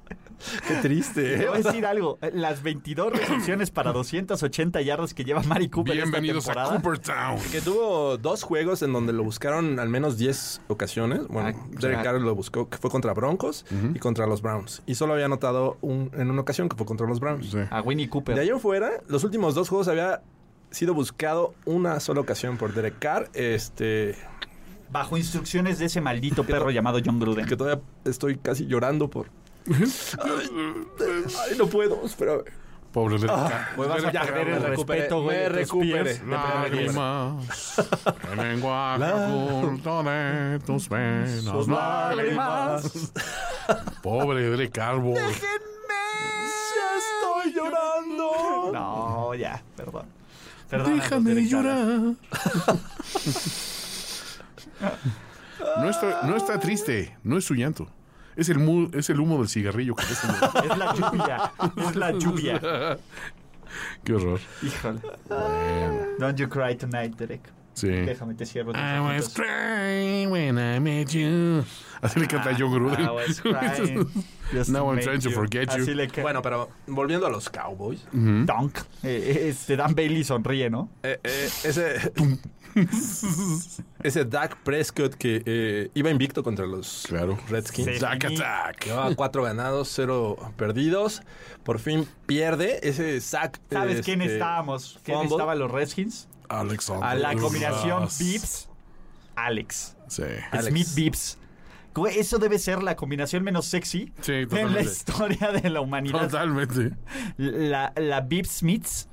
Qué triste.
Te
¿eh?
voy a decir algo. Las 22 recepciones para 280 yardas que lleva Mari Cooper
Bienvenidos
esta
a
temporada.
Coopertown.
Que tuvo dos juegos en donde lo buscaron al menos 10 ocasiones. Bueno,
Ah,
Derek
claro.
Carr lo buscó, que fue contra Broncos y contra los Browns. Y solo había anotado un- en una ocasión que fue contra los Browns.
Sí.
A Winnie Cooper.
De ahí en fuera, los últimos dos juegos había sido buscado una sola ocasión por Derek Carr. Este,
Bajo instrucciones de ese maldito perro llamado John Gruden.
que todavía estoy casi llorando por... Ay, ay, no puedo, espera.
Pobre de
Güey, Pues vas a
Ya,
perder
me
el
recuperé,
respeto, güey.
me
de tus
recuperé.
peers.
Lágrimas, el lenguaje oculto de tus venas.
Lágrimas.
Pobre de Carbo.
Estoy llorando.
No, ya, perdón. Perdónanos,
Déjame
Derek Carr.
llorar. No está, no está triste, no es su llanto. Es el, mu- es el humo del cigarrillo que está haciendo.
(laughs) Es la lluvia. Es la lluvia.
Qué horror.
Híjole.
Bueno,
Don't you cry tonight, Derek.
sí.
Déjame te cierro. tus
I was
ojitos.
crying when I met you. Así le
Ah,
canta John Gruden.
I
(laughs)
was crying. Just
Now I'm
make
trying to forget you.
Así le ca-
Bueno, pero volviendo a los Cowboys.
(laughs) Dunk. Eh, eh, este Dan Bailey sonríe, ¿no?
Eh, eh, ese, (laughs) ese Dak Prescott que eh, iba invicto contra los
Claro.
Redskins.
Sí.
Zack Attack.
Llevaba cuatro ganados, cero perdidos. Por fin pierde ese sack.
¿Sabes
este,
quién estábamos? ¿Quién
fumble.
estaban los Redskins?
Alex
A la
Andrews.
combinación Bibbs, Alex.
Sí.
Alex.
Smith Bibbs. Güey, Eso debe ser la combinación menos sexy
Sí,
en la
totalmente.
historia de la humanidad.
Totalmente.
La, la Bibbs Smiths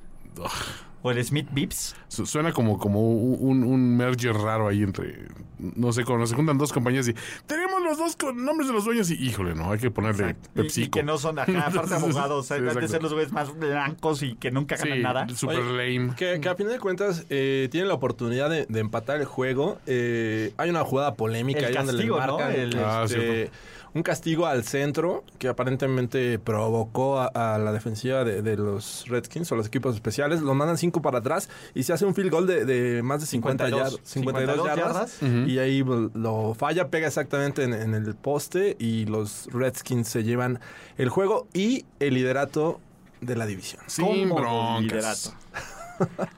o el Smith Bibbs.
Su- Suena como, como un, un merger raro ahí entre. No sé, cuando se juntan dos compañías y. Tenemos los dos con nombres de los dueños y. Híjole, no, hay que ponerle
Y-
Pepsi.
Y, que no son, ajá, aparte abogados.
Sí,
han de
exacto.
ser los güeyes más blancos y que nunca ganan
Sí, pues,
nada.
super
Oye,
lame.
Que, que a fin de cuentas eh, tienen la oportunidad de, de empatar el juego. Eh, hay una jugada polémica
El
ahí donde le
castigo, ¿no?
marcan
El-
Ah,
este, un castigo al centro que aparentemente provocó a, a la defensiva de, de los Redskins o los equipos especiales. Lo mandan cinco para atrás y se hace un field goal de, de más de 50
52,
yardas. 52,
52
yardas.
yardas.
Y ahí vol- lo falla, pega exactamente en, en el poste y los Redskins se llevan el juego y el liderato de la división.
Sin
Cómodo
broncas.
liderato.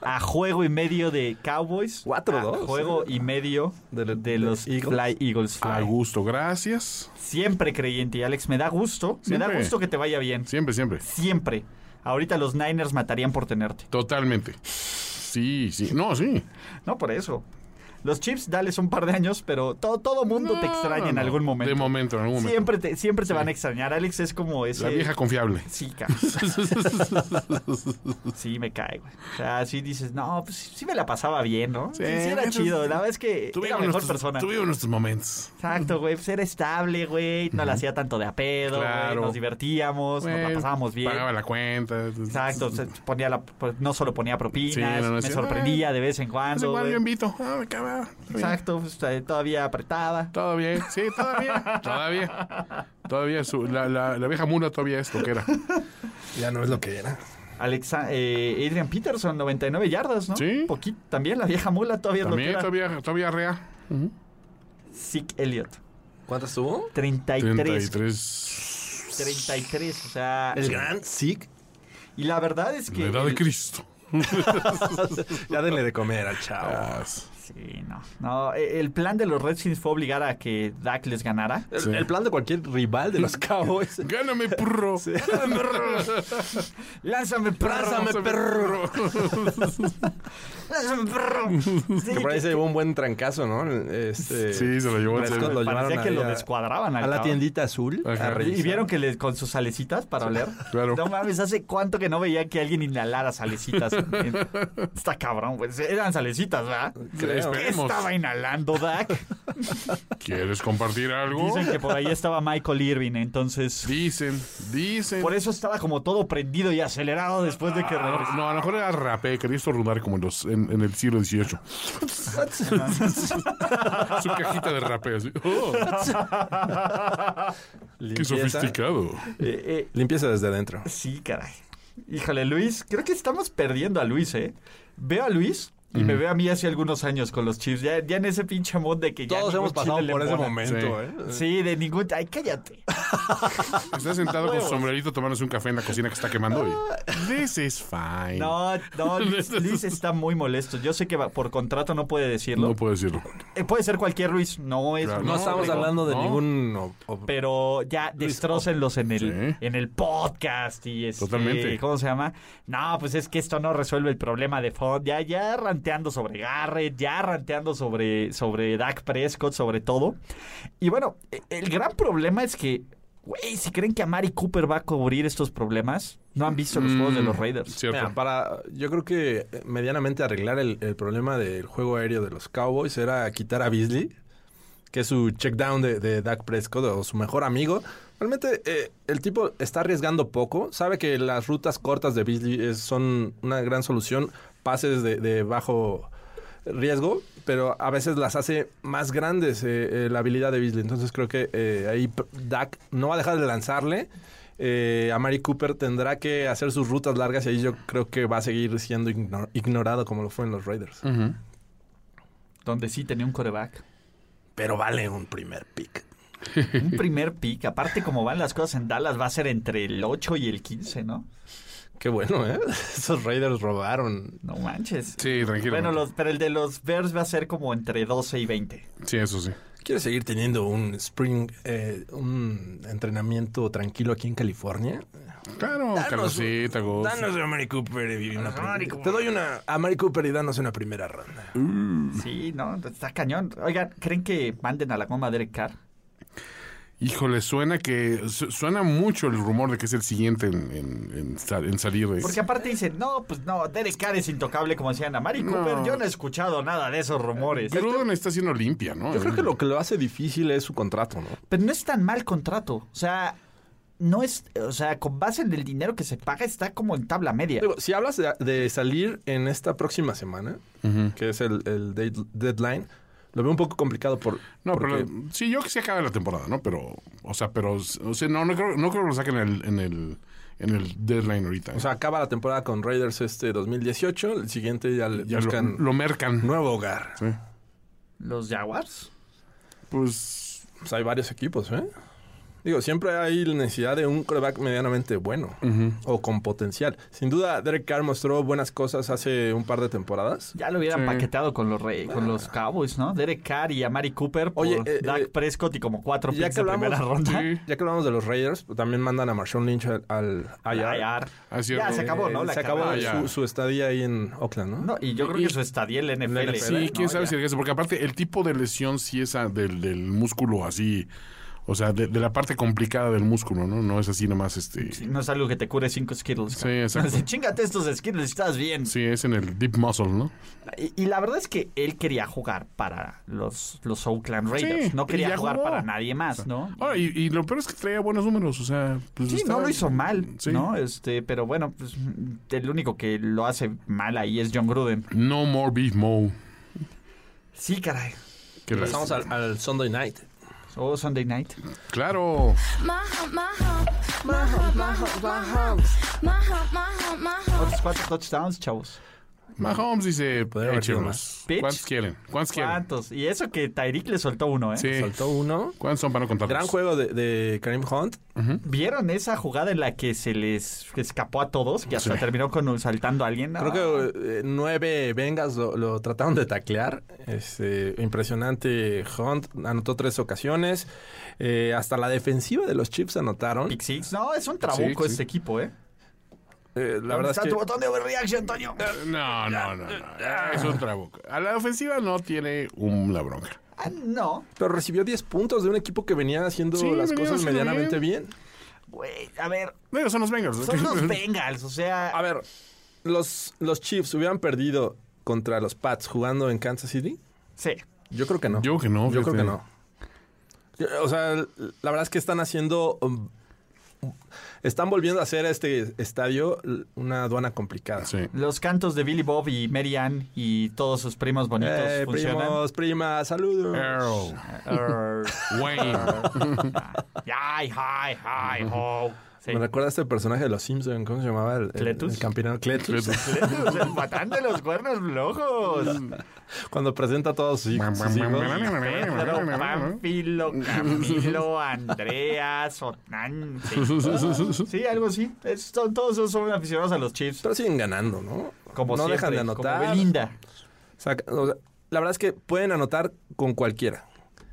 A juego y medio de Cowboys.
Cuatro,
a
dos.
juego y medio
De-
de,
de
los
Eagles.
Fly Eagles. Fly.
A gusto, gracias.
Siempre creyente, y Alex. Me da gusto. Me da
Siempre.
gusto que te vaya bien.
Siempre, siempre.
Siempre. Ahorita los Niners matarían por tenerte.
Totalmente. Sí, sí. No, sí.
No por eso. Los Chiefs, dales un par de años, pero todo, todo mundo te extraña en
No,
algún momento.
De momento, en algún momento.
Siempre te, siempre te van a extrañar. Alex es como ese.
La vieja confiable.
Sí, cabrón. (laughs) Sí, me cae, güey. O sea, sí dices, no, pues sí me la pasaba bien, ¿no? Sí,
Sí,
sí era
bueno,
chido. La verdad es que era
Tuvimos
mejor
nuestros-
persona.
Tuvimos nuestros momentos.
Exacto, güey. Pues era estable, güey. No la hacía tanto de a pedo, güey.
Claro.
Nos divertíamos, nos la
Bueno,
pasábamos bien.
Pagaba la cuenta.
Exacto, se ponía la- pues, no solo ponía propinas,
Sí, no, no,
me
sí.
sorprendía de vez en
Hace
cuando.
igual
güey.
yo invito. Ah, me acaba. Está bien.
Exacto, pues, eh, todavía apretaba.
Todo bien. Sí,
(laughs)
todavía. todavía. Todavía. su- la, la- la vieja mula todavía es lo
(laughs)
que era.
Ya no es lo que era.
Alexa, eh, Adrian Peterson, 99 yardas, ¿no?
Sí.
Poquito, también la vieja mula todavía es
También
lo que era.
todavía, todavía rea.
Zeke Elliott,
¿Cuántas tuvo?
33.
33.
33, o sea.
El gran Zig.
Y la verdad es que.
La edad
el-
de Cristo.
Ya denle de comer al chavo.
sí, no. No, e- el plan de los Redskins fue obligar a que Dak les ganara.
El, el plan de cualquier rival (laughs) de los Cowboys.
(laughs)
Gáname, perro.
Lánzame,
Lánzame,
perro.
perro!
Lánzame, perro. (laughs) Sí,
Que por ahí se llevó un buen trancazo, ¿no? Este,
Sí, se lo llevó.
Prescott
se-
lo
parecía
llevaron
que
ahí
lo
a-
descuadraban al
A la
cabrón.
tiendita azul. a
Ajá.
Y
revisar.
vieron que les, con sus salecitas para
(laughs)
oler.
claro.
No mames, hace cuánto que no veía que alguien inhalara
(laughs)
salecitas. Está cabrón, pues. Eran salecitas, ¿verdad?
Creo.
¿Qué estaba inhalando, Dak?
¿Quieres compartir algo?
Dicen que por ahí estaba Michael Irving, entonces.
Dicen, dicen.
Por eso estaba como todo prendido y acelerado después de que
Ah,
regresó.
No, a lo mejor era rapé, quería estornudar como en, los, en, en el
(laughs)
siglo XVIII. Su cajita de rapé, así. Oh, ¡Qué
Limpieza.
sofisticado!
(laughs) Eh, eh,
Limpieza desde adentro.
sí, caray. Híjole, Luis, creo que estamos perdiendo a Luis, ¿eh? Veo a Luis y me veo a mí hace algunos años con los Chiefs. Ya, ya en ese pinche mod de que ya
Todos
ningún
hemos pasado
chile le
por ese
embona.
momento, ¿eh?
Sí, de ningún. Ay, cállate.
Está sentado con su
Huevos. Ah.
sombrerito tomándose un café en la cocina que está quemando. y, This is fine.
No,
(laughs)
no, Luis, Luis está muy molesto. Yo sé que va- por contrato no puede decirlo.
No puedo decirlo.
Eh, puede ser cualquier Luis, no es.
Claro.
No,
No,
estamos
digo,
hablando de
no.
ningún... o- o-
Pero ya destrócenlos en el,
Sí.
en el podcast y este,
Totalmente.
¿Cómo se llama? No, pues es que esto no resuelve el problema de fondo. Ya, ya ranteando sobre Garrett, ya ranteando sobre, sobre Dak Prescott, sobre todo. Y bueno, e- el gran problema es que, güey, si creen que Amari Cooper va a cubrir estos problemas, no han visto los juegos de los Raiders.
Cierto.
Mira, para, yo creo que eh, medianamente arreglar el, el problema del juego aéreo de los Cowboys era quitar a Beasley, que es su check down de, de Dak Prescott o su mejor amigo. Realmente eh, el tipo está arriesgando poco, sabe que las rutas cortas de Beasley es- son una gran solución, pases de, de bajo riesgo, pero a veces las hace más grandes eh, eh, la habilidad de Beasley. Entonces creo que eh, ahí P- Dak no va a dejar de lanzarle. Eh, a Mari Cooper tendrá que hacer sus rutas largas y ahí yo creo que va a seguir siendo igno- ignorado como lo fue en los Raiders.
Ujú.
Donde sí tenía un coreback.
Pero vale un primer pick.
Un primer pick. Aparte, como van las cosas en Dallas, va a ser entre el 8 y el 15, ¿no?
Qué bueno, ¿eh? (laughs) Esos Raiders robaron.
No manches.
Sí, tranquilo.
Bueno, los- pero el de los Bears va a ser como entre 12 y 20.
Sí, eso sí.
¿Quieres seguir teniendo un spring, eh, un entrenamiento tranquilo aquí en California?
Claro, Carlosita, Gus.
Danos a Mari Cooper y una primera. Te doy una a Mari Cooper y danos una primera ronda.
Sí, no, está cañón. Oigan, ¿creen que manden a la goma a Derek Carr?
Híjole, suena que. su- Suena mucho el rumor de que es el siguiente en, en- en sal- en salir. de-
Porque aparte dicen, no, pues no, Derek Carr es intocable, como decían a Mari
No.
Cooper. Yo no he escuchado nada de esos rumores.
Gruden está haciendo limpia, ¿no?
Yo creo que lo que lo hace difícil es su contrato, ¿no?
Pero no es tan mal contrato. O sea, no es. O sea, con base en el dinero que se paga, está como en tabla media.
Digo, si hablas de, de salir en esta próxima semana, que es el, el de- deadline, lo veo un poco complicado por...
No,
porque-
pero sí, yo que se acabe la temporada, ¿no? Pero, o sea, pero, o sea, no, no creo, no creo que lo saquen en el, en el, en el deadline ahorita. ¿eh?
O sea, acaba la temporada con Raiders este 2018, el siguiente ya le
ya lo,
buscan
lo mercan.
nuevo hogar.
Sí.
¿Los Jaguars?
Pues,
Pues hay varios equipos, ¿eh? Digo, siempre hay necesidad de un quarterback medianamente bueno o con potencial. Sin duda, Derek Carr mostró buenas cosas hace un par de temporadas.
Ya lo hubieran paquetado con los, Rey- con los Cowboys, ¿no? Derek Carr y Amari Cooper por
Oye, eh,
Dak
eh,
Prescott y como cuatro
ya
picks
que
de
hablamos-
primera ronda.
Sí.
Ya que hablamos de los Raiders, pues, también mandan a Marshawn Lynch al, al IR.
Ay, ar.
Ah, cierto.
Ya se acabó,
Eh,
¿no? La
se acabó
carrera.
ya.
su, su estadía ahí en Oakland, ¿no?
No, y yo creo que su estadía en la NFL.
NFL,
Sí,
¿no?
quién sabe
Ya.
si regresa, porque aparte el tipo de lesión sí es a- del, del músculo así, o sea, de, de la parte complicada del músculo, ¿no? No es así nomás este...
Sí,
Sí,
No es algo que te cure cinco Skittles.
Sí,
cabrón. (laughs)
exacto.
Así, Chingate estos Skittles, estás bien.
es en el deep muscle, ¿no?
Y, y la verdad es que él quería jugar para los, los Oakland Raiders.
Sí,
no
y
quería
ya
jugar
jugó.
para nadie más, ¿no?
Ahora, Ah, y, y lo peor es que traía buenos números, o sea... pues,
Sí,
estaba-
no lo hizo mal,
Sí.
¿no? Este, pero bueno, pues el único que lo hace mal ahí es John Gruden.
No more beef mo.
Sí, caray.
Que la-
Pasamos al, al Sunday Night.
Oh, Sunday night.
Claro.
My hump, my hump, my hump, my hump, my hump, my hump, my hump, my hump.
Otros cuatro touchdowns, chavos.
Mahomes dice,
Podría haber sido
échenlos.
Pitch.
¿Cuántos quieren? ¿Cuántos quieren?
¿Cuántos? Y eso que Tyreek le soltó uno, ¿eh?
Sí.
Saltó uno.
¿Cuántos son para no contarlos?
Gran juego de, de Kareem Hunt.
¿Vieron esa jugada en la que se les escapó a todos? Que hasta
Sí.
terminó con un- saltando a alguien.
Creo
Ah,
que eh, nueve Vengas lo, lo trataron de taclear. Este, impresionante Hunt. Anotó tres ocasiones. Eh, hasta la defensiva de los Chips anotaron.
Pick six. No, es un trabuco
Sí, sí.
este equipo, ¿eh?
Eh,
¿Dónde
la verdad
está
es que
tu botón de overreaction, Toño?
No, no, no, no. Es un trabuco. A la ofensiva no tiene un, la bronca.
Ah, no.
Pero recibió 10 puntos de un equipo que venía haciendo
Sí,
las
venía
cosas
haciendo
medianamente bien.
Güey, a ver,
Bueno, son los Bengals.
son
(laughs)
los Bengals, o sea...
A ver, los, los Chiefs hubieran perdido contra los Pats jugando en Kansas City.
Sí.
Yo creo que no.
Yo creo que no,
Yo creo
fíjate.
que no. Yo- O sea, la verdad es que están haciendo. um, Están volviendo a hacer a este estadio una aduana complicada.
(laughs) Sí.
Los cantos de Billy Bob y Mary Ann y todos sus primos bonitos
Eh,
funcionan.
primos, primas, saludos.
Earl,
Err.
Wayne.
(laughs)
Ah, Ay, ay, ay, ho. Sí.
Me recuerda a este personaje de los Simpsons, ¿cómo se llamaba? El, el-
Cletus.
el campeón Cletus.
O (laughs) sea, Matando los cuernos flojos.
(laughs) Cuando presenta a todos sus hijos. sus hijos.
Pedro,
(laughs)
Pánfilo, Camilo, Andreas, Otán. Sí. Sí, algo así. Es- son- todos esos son aficionados a los Chiefs.
Pero siguen ganando, ¿no?
Como
no
siempre,
dejan de anotar.
Como Belinda.
Saca- o sea, la verdad es que pueden anotar con cualquiera.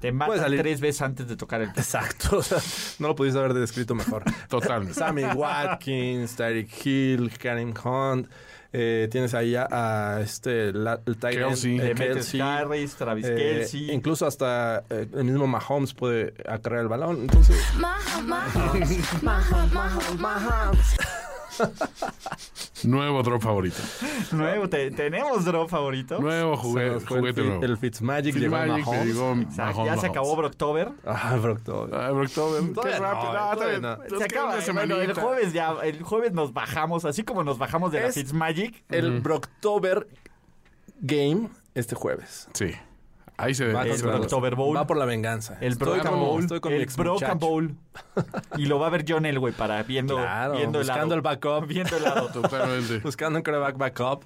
Te matan
Puede salir.
tres veces antes de tocar el
Exacto. (laughs) o sea, no lo pudiste haber descrito mejor.
Totalmente.
Sammy Watkins, Tyreek Hill, Karim Hunt. eh, tienes ahí a, a este la- el Tyrion,
Kelce.
Le
Eh,
metes Harris, Travis Kelce.
Eh, Incluso hasta eh, el mismo Mahomes puede acarrear el balón. Entonces,
My hump, my hump, my hump, my hump, my hump.
Nuevo drop favorito.
Nuevo, te- tenemos drop favorito.
Nuevo
se
juguete,
nos fue
juguete
el, Fit-
nuevo.
el Fitzmagic llegó a
Magic,
Mahomes.
llegó
O sea,
Mahomes,
ya se acabó
Mahomes.
Brocktober.
Ah, Brockton.
Ah, pero octubre,
Todavía
Qué
no,
rápido. Ah,
todavía
todavía-
no.
nos
Se
queda
acaba. eh,
una
Bueno, el
semanita.
jueves ya, el jueves nos bajamos, así como nos bajamos de la
Es-
Fitzmagic.
El Brocktober Game este jueves.
Sí. Ahí se
Va
ve.
El
contra los-
Brocktober Bowl.
Va por la venganza.
El
Estoy
Broca
con-
Bowl.
Estoy con mi
el
exmuchacho.
Broca Bowl. Y lo va a ver John Elway para viendo,
Claro,
viendo el
buscando
lado.
el backup.
Viendo el lado.
Totalmente.
Buscando un quarterback backup.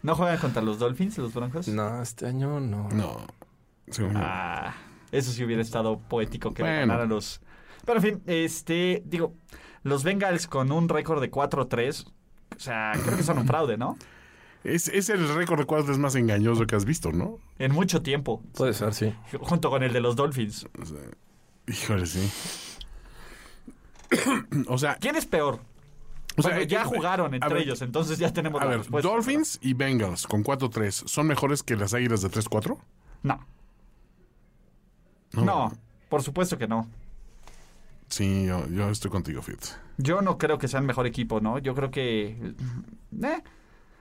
¿No juegan contra los Dolphins, los Broncos?
No, este año no.
No. Según yo.
Ah, eso sí hubiera estado poético que le
Bueno.
ganaran los. Pero en fin, este, digo, los Bengals con un récord de 4-3, o sea, creo que son un fraude, ¿no?
Es, es el récord de cuadros más engañoso que has visto, ¿no?
En mucho tiempo,
Puede ser, sí.
junto con el de los Dolphins.
Híjole, sí. (coughs) o sea,
¿Quién es peor?
o sea,
Bueno, ya
eh,
jugaron entre
ver,
ellos, entonces ya tenemos
A
la
ver,
respuesta.
Dolphins y Bengals con 4-3 son mejores que las Águilas de 3-4.
No. no. por supuesto que no.
Sí, yo, yo estoy contigo, Fit.
Yo no creo que sean mejor equipo, ¿no? Yo creo que. eh,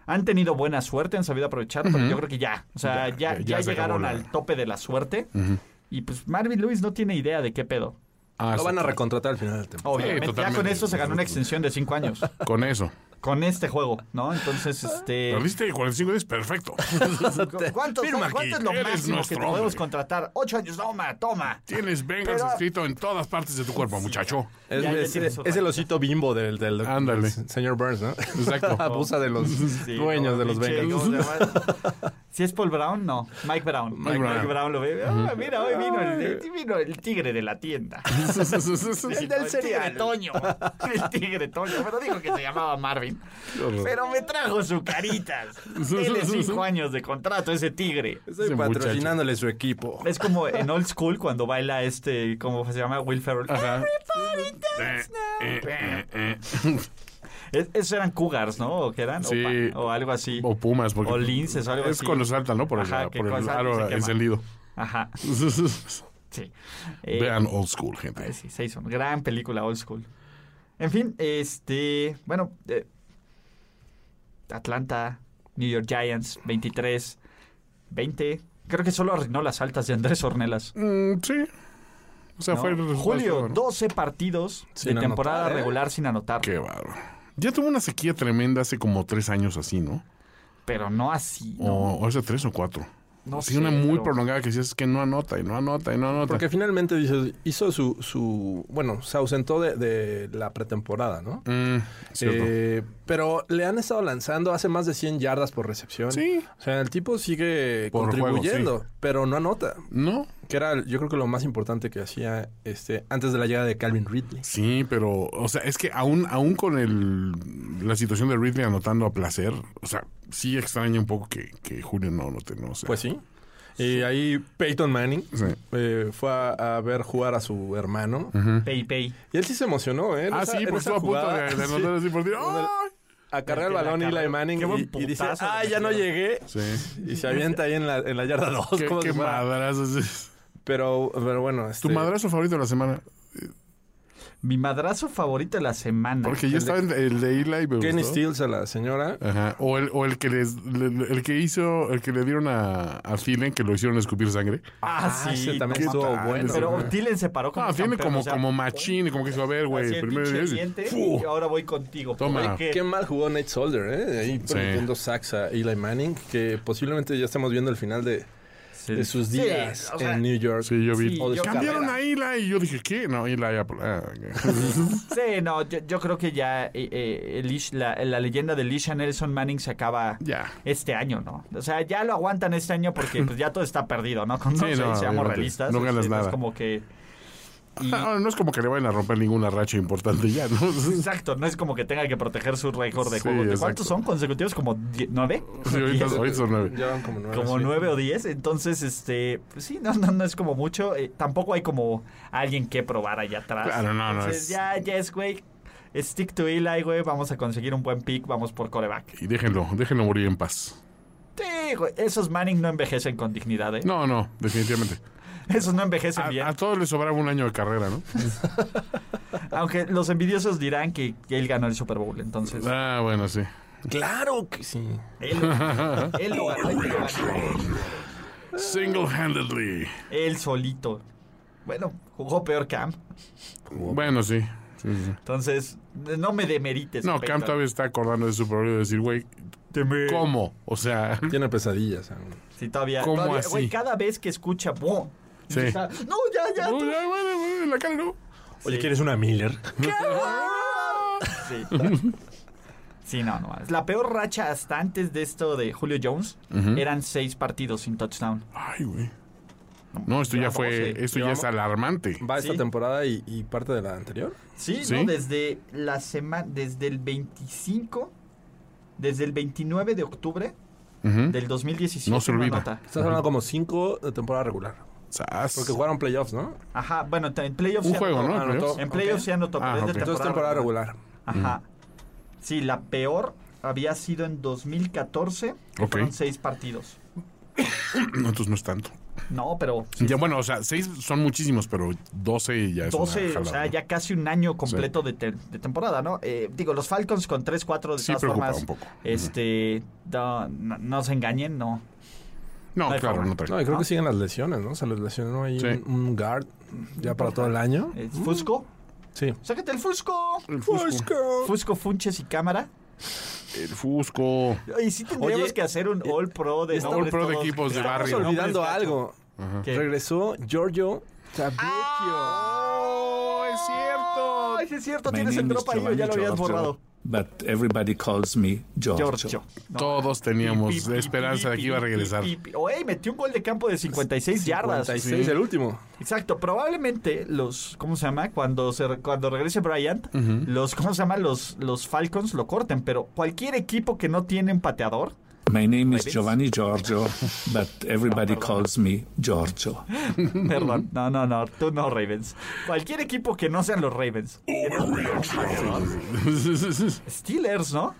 han tenido buena suerte, han sabido aprovechar, pero yo creo que ya. O sea,
Ya,
ya, ya,
ya, ya se acabó
llegaron
la-
al tope de la suerte. Y pues Marvin Lewis no tiene idea de qué pedo.
Ah,
Lo van a
sí,
recontratar al final del temporada.
Obviamente, ya
totalmente.
con eso se ganó una extensión de cinco años.
Con eso.
Con este juego, ¿no?
(laughs)
Entonces, este.
Perdiste 45
(laughs)
días, perfecto.
¿Cuánto,
Firma
cuánto
aquí,
es lo
eres
máximo que
nuestro
te podemos
hombre.
contratar? Ocho años, toma, toma.
Tienes Bengals
Pero-
escrito en todas partes de tu
(laughs)
cuerpo, muchacho.
Es,
Ya, ya
es-
tienes otra
es el
cosa.
osito bimbo del, del, del-
Ándale.
señor Burns, ¿no?
Exacto.
(laughs) Abusa de los
Sí,
dueños
no,
de los
pinche,
Bengals.
¿cómo se llama? (laughs) Si es Paul Brown, no. Mike Brown. Mike,
Brown.
Brown lo ve. Ah, mira, hoy vino el, vino el tigre de la
(laughs)
tienda.
Sí,
El del cereal. Toño. (laughs) El tigre Toño. Pero dijo que se llamaba Marvin. Pero me trajo su
(laughs)
caritas. Tiene cinco años de contrato ese tigre.
Estoy
Ese muchacho.
patrocinándole su equipo.
Es como en Old School cuando baila este, ¿cómo se llama? Will Ferrell. Everybody dance
eh, eh, eh.
now. Es- Esos eran Cougars, ¿no? ¿O qué eran? O
Sí.
pa- O, algo así.
O Pumas, porque
O linces, algo
es
así.
cuando saltan, ¿no? Por el,
Ajá, que
por el
cuando saltan y se
aro
quema.
encendido.
Ajá, sí. Eh,
Vean old school, gente.
Pues Sí, Saison. Gran película, old school. En fin, este. Bueno, eh, Atlanta, New York Giants, 23, 20. Creo que solo arruinó las altas de Andrés Ornelas.
Mm, sí. O sea,
¿no?
fue el resultado,
Julio,
¿no?
12 partidos
Sin
de
anotar,
temporada
¿eh?
regular sin anotar.
Qué bárbaro. Ya tuvo una sequía tremenda hace como tres años así, ¿no?
Pero no así. No,
O, o hace tres o cuatro.
No
sí,
sé,
una muy
pero-
prolongada que decías que no anota y no anota y no anota.
Porque finalmente dices, hizo su, su. Bueno, se ausentó de, de la pretemporada, ¿no?
Mm, cierto.
Eh, pero le han estado lanzando hace más de 100 yardas por recepción.
Sí.
O sea, el tipo sigue
Por juego,
contribuyendo, pero no anota.
no,
Que era, yo creo que lo más importante que hacía este antes de la llegada de Calvin Ridley.
sí, pero, o sea, es que aún, aún con el, la situación de Ridley anotando a placer, o sea, sí extraña un poco que, que Julio no anote, no sé.
Pues sí. Y ahí Peyton Manning
Sí.
eh, fue a, a ver jugar a su hermano.
Pay, pay.
Y él sí se emocionó, ¿eh? En
Ah,
esa-
sí,
en
porque
esa
estuvo a punto
jugada.
de, de
(laughs) Sí.
anotar así por decir,
Donde-
¡ay!
Acarrea el
Que la
balón
acarreó.
Eli Manning
Qué buen
y, y dice,
putazo
ah,
le
ya no
metieron".
llegué.
Sí.
Y se avienta ahí en la, en la yarda 2.
Qué, qué madrazos.
pero, pero bueno, este,
Tu madrazo favorito de la semana.
Mi madrazo favorito de la semana.
Porque yo estaba en el de Eli. me
Kenny
gustó.
Stills a la señora.
Ajá. O el, o el que les, le- le- el que hizo, el que le dieron a, a Thielen, que lo hicieron escupir sangre.
Ah, sí.
ese también
qué
estuvo
tal,
bueno.
Pero
güey.
Tillen se paró como
Ah, Thielen
campeón,
como,
o sea,
como machín, y como que hizo, a ver, güey,
así el
Pues, primero
pinche
y diez, y-
diente,
¡Fu!
y ahora voy contigo.
Toma.
Oye,
Qué mal jugó Nate Solder, ¿eh? Ahí permitiendo sacks a Eli Manning, que posiblemente ya estamos viendo el final de,
Sí.
de sus
Sí,
días
o sea,
en New York.
Sí, yo vi.
Sí,
O de
yo-
su
Cambiaron
carrera.
a Eli y yo dije, ¿qué? No, Eli Apple. Ah,
(laughs) Sí, no, yo, yo creo que ya eh, eh, el Ish- la, la leyenda de Lisha Nelson Manning se acaba
Ya.
este año, ¿no? O sea, ya lo aguantan este año porque pues, ya todo está perdido, ¿no? Con
Sí,
no,
no,
seamos
olvídate.
realistas.
No
o sea,
ganas nada.
Es como que...
Ah, (laughs) no es como que le vayan a romper ninguna racha importante ya, ¿no? (laughs)
Exacto, no es como que tenga que proteger su récord de
Sí,
juegos. ¿De
exacto.
¿Cuántos son consecutivos? ¿Como die- nueve? (laughs)
Sí, ahorita, ahorita son nueve.
Llevan como nueve.
como
sí.
nueve o diez. Entonces, este, pues sí, no, no, no es como mucho. Eh, tampoco hay como alguien que probar allá atrás.
Claro, no, no
Entonces,
es-
ya, ya es, güey. Stick to Eli, güey. Vamos a conseguir un buen pick. Vamos por coreback.
Y déjenlo, déjenlo morir en paz.
Sí, güey. Esos Manning no envejecen con dignidad, ¿eh?
No, Ah, no, definitivamente.
Esos no envejecen bien.
A, a todos les sobraba un año de
(laughs)
carrera, ¿no?
Aunque los envidiosos dirán que, que él ganó el Super Bowl. Entonces,
Ah, bueno, sí.
Claro que sí.
él, él lo ganó, él lo ganó.
Single-handedly.
Él solito. Bueno, jugó peor Cam.
Bueno, sí. Sí, sí.
Entonces, no me demerites.
No, Cam
Peyton.
todavía está acordando de su problema y decir, güey, ¿cómo? O
(laughs)
sea,
Tiene pesadillas. aún.
Sí, todavía.
¿Cómo
todavía,
así?
Güey, cada vez que escucha, ¡buah!
Sí.
Está, no, ya, ya.
no,
tú-
ya, bueno, bueno, en la cara no.
Oye, ¿quieres una Miller?
(laughs)
Sí. Sí, no, no. La peor racha hasta antes de esto de Julio Jones eran seis partidos sin touchdown.
Ay, güey. No, esto ya fue,
doce.
esto ya es alarmante.
Va esta
Sí.
temporada y, y parte de la anterior.
Sí, ¿no?
Sí.
Desde la semana, desde el 25, desde el 29 de octubre
Ujú.
del 2017.
No se
una
olvida.
nota.
Estás hablando como cinco de temporada regular.
Sas.
Porque jugaron playoffs, ¿no?
Ajá, bueno, t- en playoffs.
Un
se
juego,
anotó.
¿no?
Anotó.
En playoffs
Ok.
se anotó, pero
Ah,
es de
ok.
Entonces temporada regular.
Ajá. Sí, la peor había sido en 2014, que
Ok.
fueron seis partidos.
No, entonces no es tanto.
No, pero
Ya, bueno, o sea, seis son muchísimos, pero doce ya es
12,
una
o sea,
jalada, ¿no?
ya casi un año completo de, te- de temporada, ¿no? Eh, digo, los Falcons con 3-4 de
Sí,
todas
preocupa
formas.
un poco.
Este, no, no- no se engañen, no.
No,
no hay
claro,
forma.
no trae.
No, y
Ah.
creo que siguen las lesiones, ¿no? Se les lesionó ahí
Sí.
un, un guard ya para todo el año.
Eh, Fusco,
Sí.
sácate el Fusco.
El Fusco.
Fusco, Funches y cámara.
El Fusco.
Y sí tendríamos
Oye,
que hacer un All Pro de
eh, All
nombres
Pro de
todos.
equipos de
Estamos
barrio.
olvidando algo.
¿Qué? Ah.
Regresó Giorgio Tabecchio.
¡Oh, es cierto!
Ay, sí es cierto,
My
tienes el
name is
drop ahí,
Giovanni
ya lo habías
Giorgio,
borrado.
But everybody calls me Giorgio.
Giorgio.
Todos teníamos esperanza de que iba a regresar.
Oye, metió un gol de campo de 56 yardas.
46, el último.
Exacto, probablemente los, ¿cómo se llama? Cuando se re- cuando regrese Bryant, los, ¿cómo se llama? Los, los Falcons lo corten, pero cualquier equipo que no tiene un pateador,
My name is Giovanni Giorgio, but everybody calls me Giorgio.
perdón, no, no, no, tú no, Ravens. Cualquier equipo que no sean los Ravens.
(laughs)
Steelers, ¿no?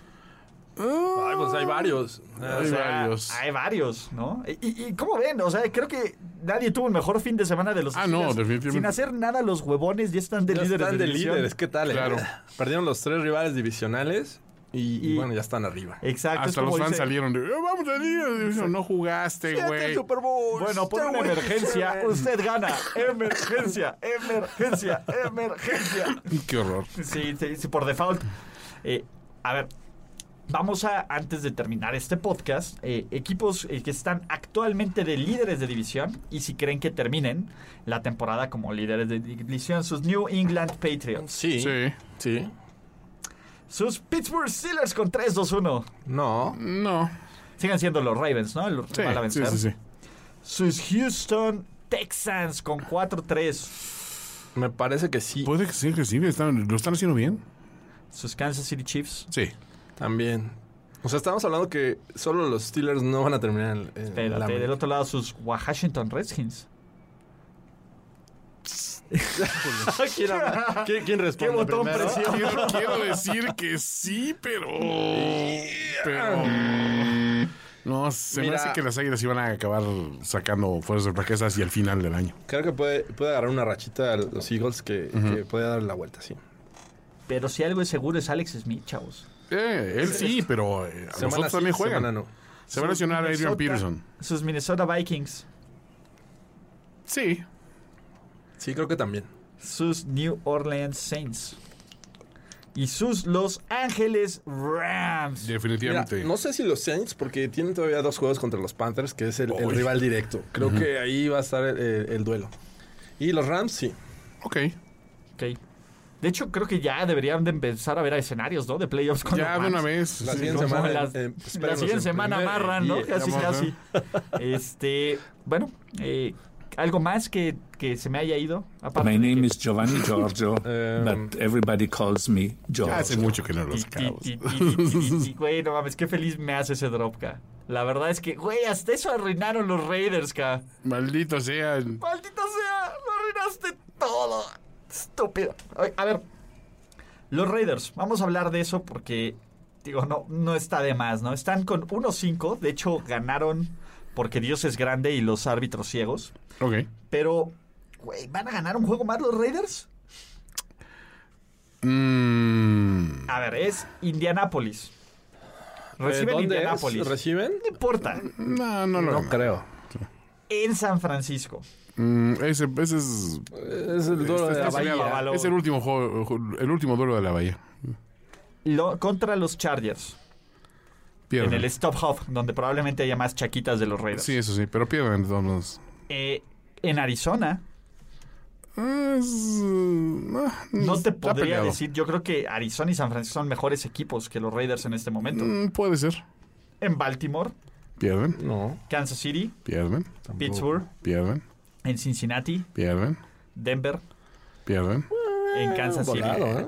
Ay, pues hay varios. Ah,
Hay
O sea,
varios.
Hay varios, ¿no? Y- ¿Y, y cómo ven? O sea, creo que nadie tuvo un mejor fin de semana de los
Ah, no,
Steelers.
definitivamente.
Sin hacer nada, los huevones ya están de
ya
líderes.
están de
división.
líderes, ¿qué tal? eh?
Claro.
Perdieron los tres rivales divisionales y, y
Y- Eh,
bueno, ya están arriba.
Exacto. es
Hasta los
como
fans
dice-
salieron de, "Eh, vamos a ir. No jugaste, güey.
Bueno, por una (laughs) emergencia, usted gana. Emergencia, emergencia, emergencia.
Qué horror.
Sí, sí, sí, por default. Eh, a ver, vamos a, antes de terminar este podcast, eh, equipos eh, que están actualmente de líderes de división y si creen que terminen la temporada como líderes de división, sus New England Patriots,
Sí, sí.
Sí.
sus Pittsburgh Steelers con 3-2-1.
No.
No.
Siguen siendo los Ravens, ¿no? Los que
Sí,
van a
sí,
vencer.
sí, sí.
Sus Houston Texans con 4-3.
Me parece que sí.
pues,
Puede que sí, que sí. están- ¿Lo están haciendo bien?
Sus Kansas City Chiefs.
Sí.
También. O sea, estamos hablando que solo los Steelers no van a terminar en, en
Espérate,
la-
del otro lado sus Washington Redskins. (laughs)
¿Quién, habla? ¿Quién- quién responde? primero?
Quiero, quiero decir que sí, pero. Pero. No, se me
Mira.
hace que las águilas iban a acabar sacando fuerzas de fraqueza hacia el final del año.
Creo que puede, puede agarrar una rachita a los Eagles que, que puede dar la vuelta, sí.
Pero si algo es seguro es Alex Smith, chavos.
Eh, él sí, pero eh, a
Semana
nosotros
sí,
también juegan.
semana no.
Se va a lesionar Adrian
Minnesota-
Peterson.
Sus Minnesota Vikings.
Sí.
Sí, creo que también.
Sus New Orleans Saints. Y sus Los Ángeles Rams.
Mira,
Definitivamente.
no sé si los Saints, porque tienen todavía dos juegos contra los Panthers, que es el, el
Uy.
rival directo. Creo que ahí va a estar el, el- el duelo. Y los Rams, sí.
Ok.
Ok. De hecho, creo que ya deberían de empezar a ver a escenarios, ¿no? De playoffs con
Ya
los
de una
Rams.
vez.
La
sí.
siguiente
Como
semana.
las-
eh,
La
espéranos en
siguiente semana
primer
amarran, ¿no?
y- eh,
Casi,
vamos,
casi.
(laughs)
Este, bueno, eh, algo más que, que se me Um, haya ido. Aparte
My
de
name
que-
is Giovanni
(laughs)
Giorgio, but everybody calls me
Hace
Giorgio.
mucho que no
Ti,
lo
ti,
sacamos.
ti,
(laughs)
ti, ti, ti, ti, ti. Güey, no mames, qué feliz me hace ese drop, ca. La verdad es que, güey, hasta eso arruinaron los Raiders, ca.
Maldito sea.
Maldita sea, lo arruinaste todo. Estúpido. Ay, A ver, los Raiders, vamos a hablar de eso porque, digo, no, no está de más, ¿no? Están con 1-5, de hecho ganaron porque Dios es grande y los árbitros ciegos.
Ok.
Pero, güey, ¿van a ganar un juego más los Raiders?
Mm,
A ver, es Indianápolis. Reciben
¿Dónde es?
Indianápolis.
¿Reciben?
No importa.
no, no lo
No
hagan.
creo.
en San Francisco.
Mm, ese, ese es.
Es el duelo de
este
la
es-
Bahía.
es el último juego, el último duelo de la bahía.
Lo- contra los Chargers. En
Pierden.
el Stop Huff, donde probablemente haya más chaquitas de los Raiders.
Sí, eso sí, pero pierden de todos modos.
Eh, en Arizona.
Ah, es, ah,
No
Mm.
te
está
podría
peleado.
decir. Yo creo que Arizona y San Francisco son mejores equipos que los Raiders en este momento.
Mm, puede ser.
En Baltimore,
Pierden,
No.
Kansas City,
pierden,
Mm.
Pittsburgh,
pierden,
en Cincinnati,
pierden,
Denver,
pierden,
en Kansas City.
Volado, ¿eh?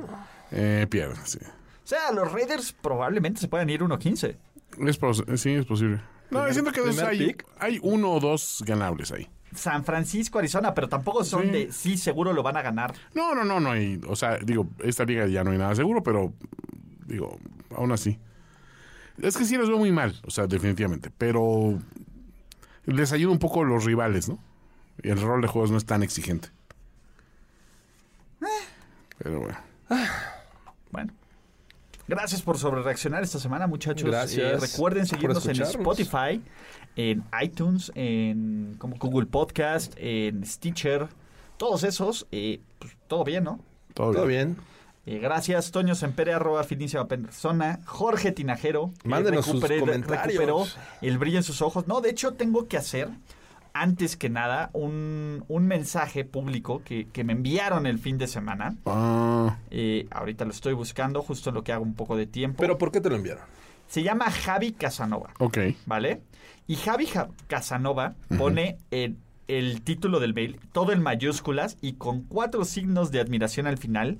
eh, pierden, sí.
O sea, los Raiders probablemente se pueden ir 1-15.
Es pos- sí, es posible. No, siento que de esos
primer
hay,
pick.
hay uno o dos ganables ahí.
San Francisco, Arizona, pero tampoco son
Sí.
de sí, seguro lo van a ganar.
No, no, no, no hay. O sea, digo, esta liga ya no hay nada seguro, pero digo, aún así. Es que sí los veo muy mal, o sea, definitivamente. Pero les ayuda un poco los rivales, ¿no? Y el rol de juegos no es tan exigente. Pero bueno.
Bueno. Gracias por sobrereaccionar esta semana, muchachos.
Gracias
Eh, recuerden
por
seguirnos en
escucharnos.
Spotify, en iTunes, en como Google Podcast, en Stitcher. Todos esos, eh, pues, todo bien, ¿no?
Todo,
Todo
bien.
bien.
Eh, gracias, Toño Sempere, arroba finísima persona. Jorge Tinajero. eh,
Mándenos sus
recuperé-
comentarios.
Recuperó el brillo en sus ojos. No, de hecho, tengo que hacer antes que nada, un, un mensaje público que, que me enviaron el fin de semana.
Ah,
Eh, ahorita lo estoy buscando, justo en lo que hago un poco de tiempo.
Pero ¿por qué te lo enviaron?
Se llama Javi Casanova.
ok.
¿vale? Y Javi Ja- Casanova pone el, el título del mail, todo en mayúsculas y con cuatro signos de admiración al final.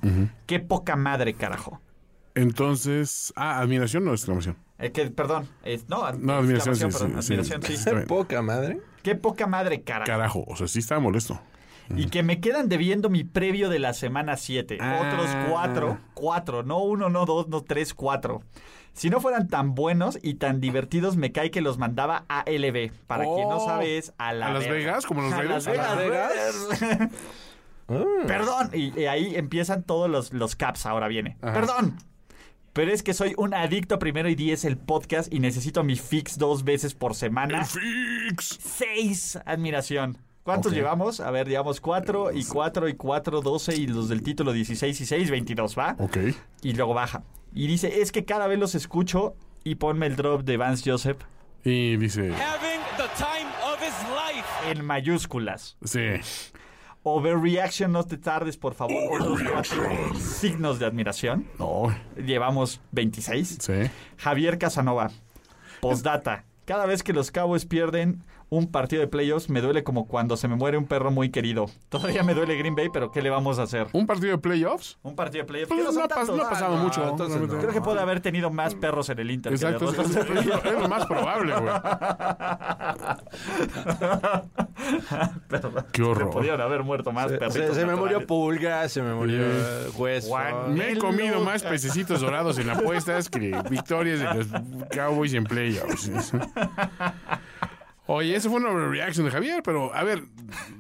¡Qué poca madre, carajo!
Entonces, ah, admiración no exclamación.
Eh, que, perdón, es- no, ad-
No, admiración, sí,
exclamación, perdón,
sí, sí,
admiración, sí.
Está bien.
Poca madre.
¡Qué poca madre, carajo!
Carajo, o sea, sí estaba molesto.
Y que me quedan debiendo mi previo de la semana 7.
Ah.
Otros cuatro, cuatro, no uno, no dos, no tres, cuatro. Si no fueran tan buenos y tan divertidos, me cae que los mandaba a LB. Para quien no
Oh.
sabe, es a la
¿A Las
verga.
Vegas? ¿Como Las
A Las
Vegas?
Vegas.
¿A Las
Vegas. Perdón. Y, y ahí empiezan todos los, los caps. Ahora viene. Perdón. Pero es que soy un adicto a primero y diez el podcast y necesito mi fix dos veces por semana.
¡Fix!
Seis. Admiración. ¿Cuántos llevamos? A ver, llevamos cuatro y cuatro y cuatro, doce y los del título 16 y 6, 22, ¿va?
Ok.
Y luego baja. Y dice, es que cada vez los escucho y ponme el drop de Vance Joseph
Y dice,
having the time of his life.
en mayúsculas.
sí.
Overreaction, no te tardes, por favor. Otros cuatro signos de admiración.
No,
Llevamos 26.
sí.
Javier Casanova. Postdata. Cada vez que los Cowboys pierden un partido de playoffs, me duele como cuando se me muere un perro muy querido. Todavía me duele Green Bay, pero ¿qué le vamos a hacer?
¿Un partido de playoffs?
Un partido de playoffs.
Pues
que no
no,
son
ha pas-
tantos.
no ha pasado
Ah,
mucho.
no, entonces
realmente.
no.
Creo que puede haber tenido más perros en el Inter. que de
Exacto, es, (laughs)
los
es- es lo, es lo más probable, güey.
perros.
(laughs) Qué
Se
horror.
podían haber muerto más
Se,
perritos.
se- se me
naturales.
murió Pulga, se me murió eh, Hueso.
Juan.
Me he comido más pececitos dorados en apuestas que victorias de los Cowboys en playoffs. (laughs) Oye, eso fue una reacción de Javier, pero a ver,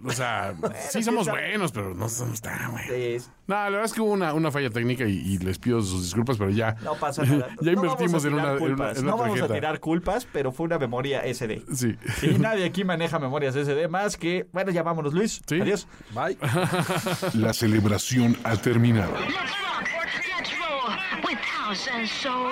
o sea, sí somos buenos, pero no somos tan buenos.
Es-
No, la verdad es que hubo una, una falla técnica y, y les pido sus disculpas, pero ya.
No pasa nada.
(laughs)
No
Ya invertimos
vamos a
en
tirar
una- en una-
culpas.
en una
No vamos a
tarjeta.
tirar culpas, pero fue una memoria SD.
Sí.
Y nadie aquí maneja memorias SD más que. Bueno, ya vámonos, Luis.
Sí.
Adiós.
Bye.
La celebración ha terminado.
Let's rock, let's roll with house and soul.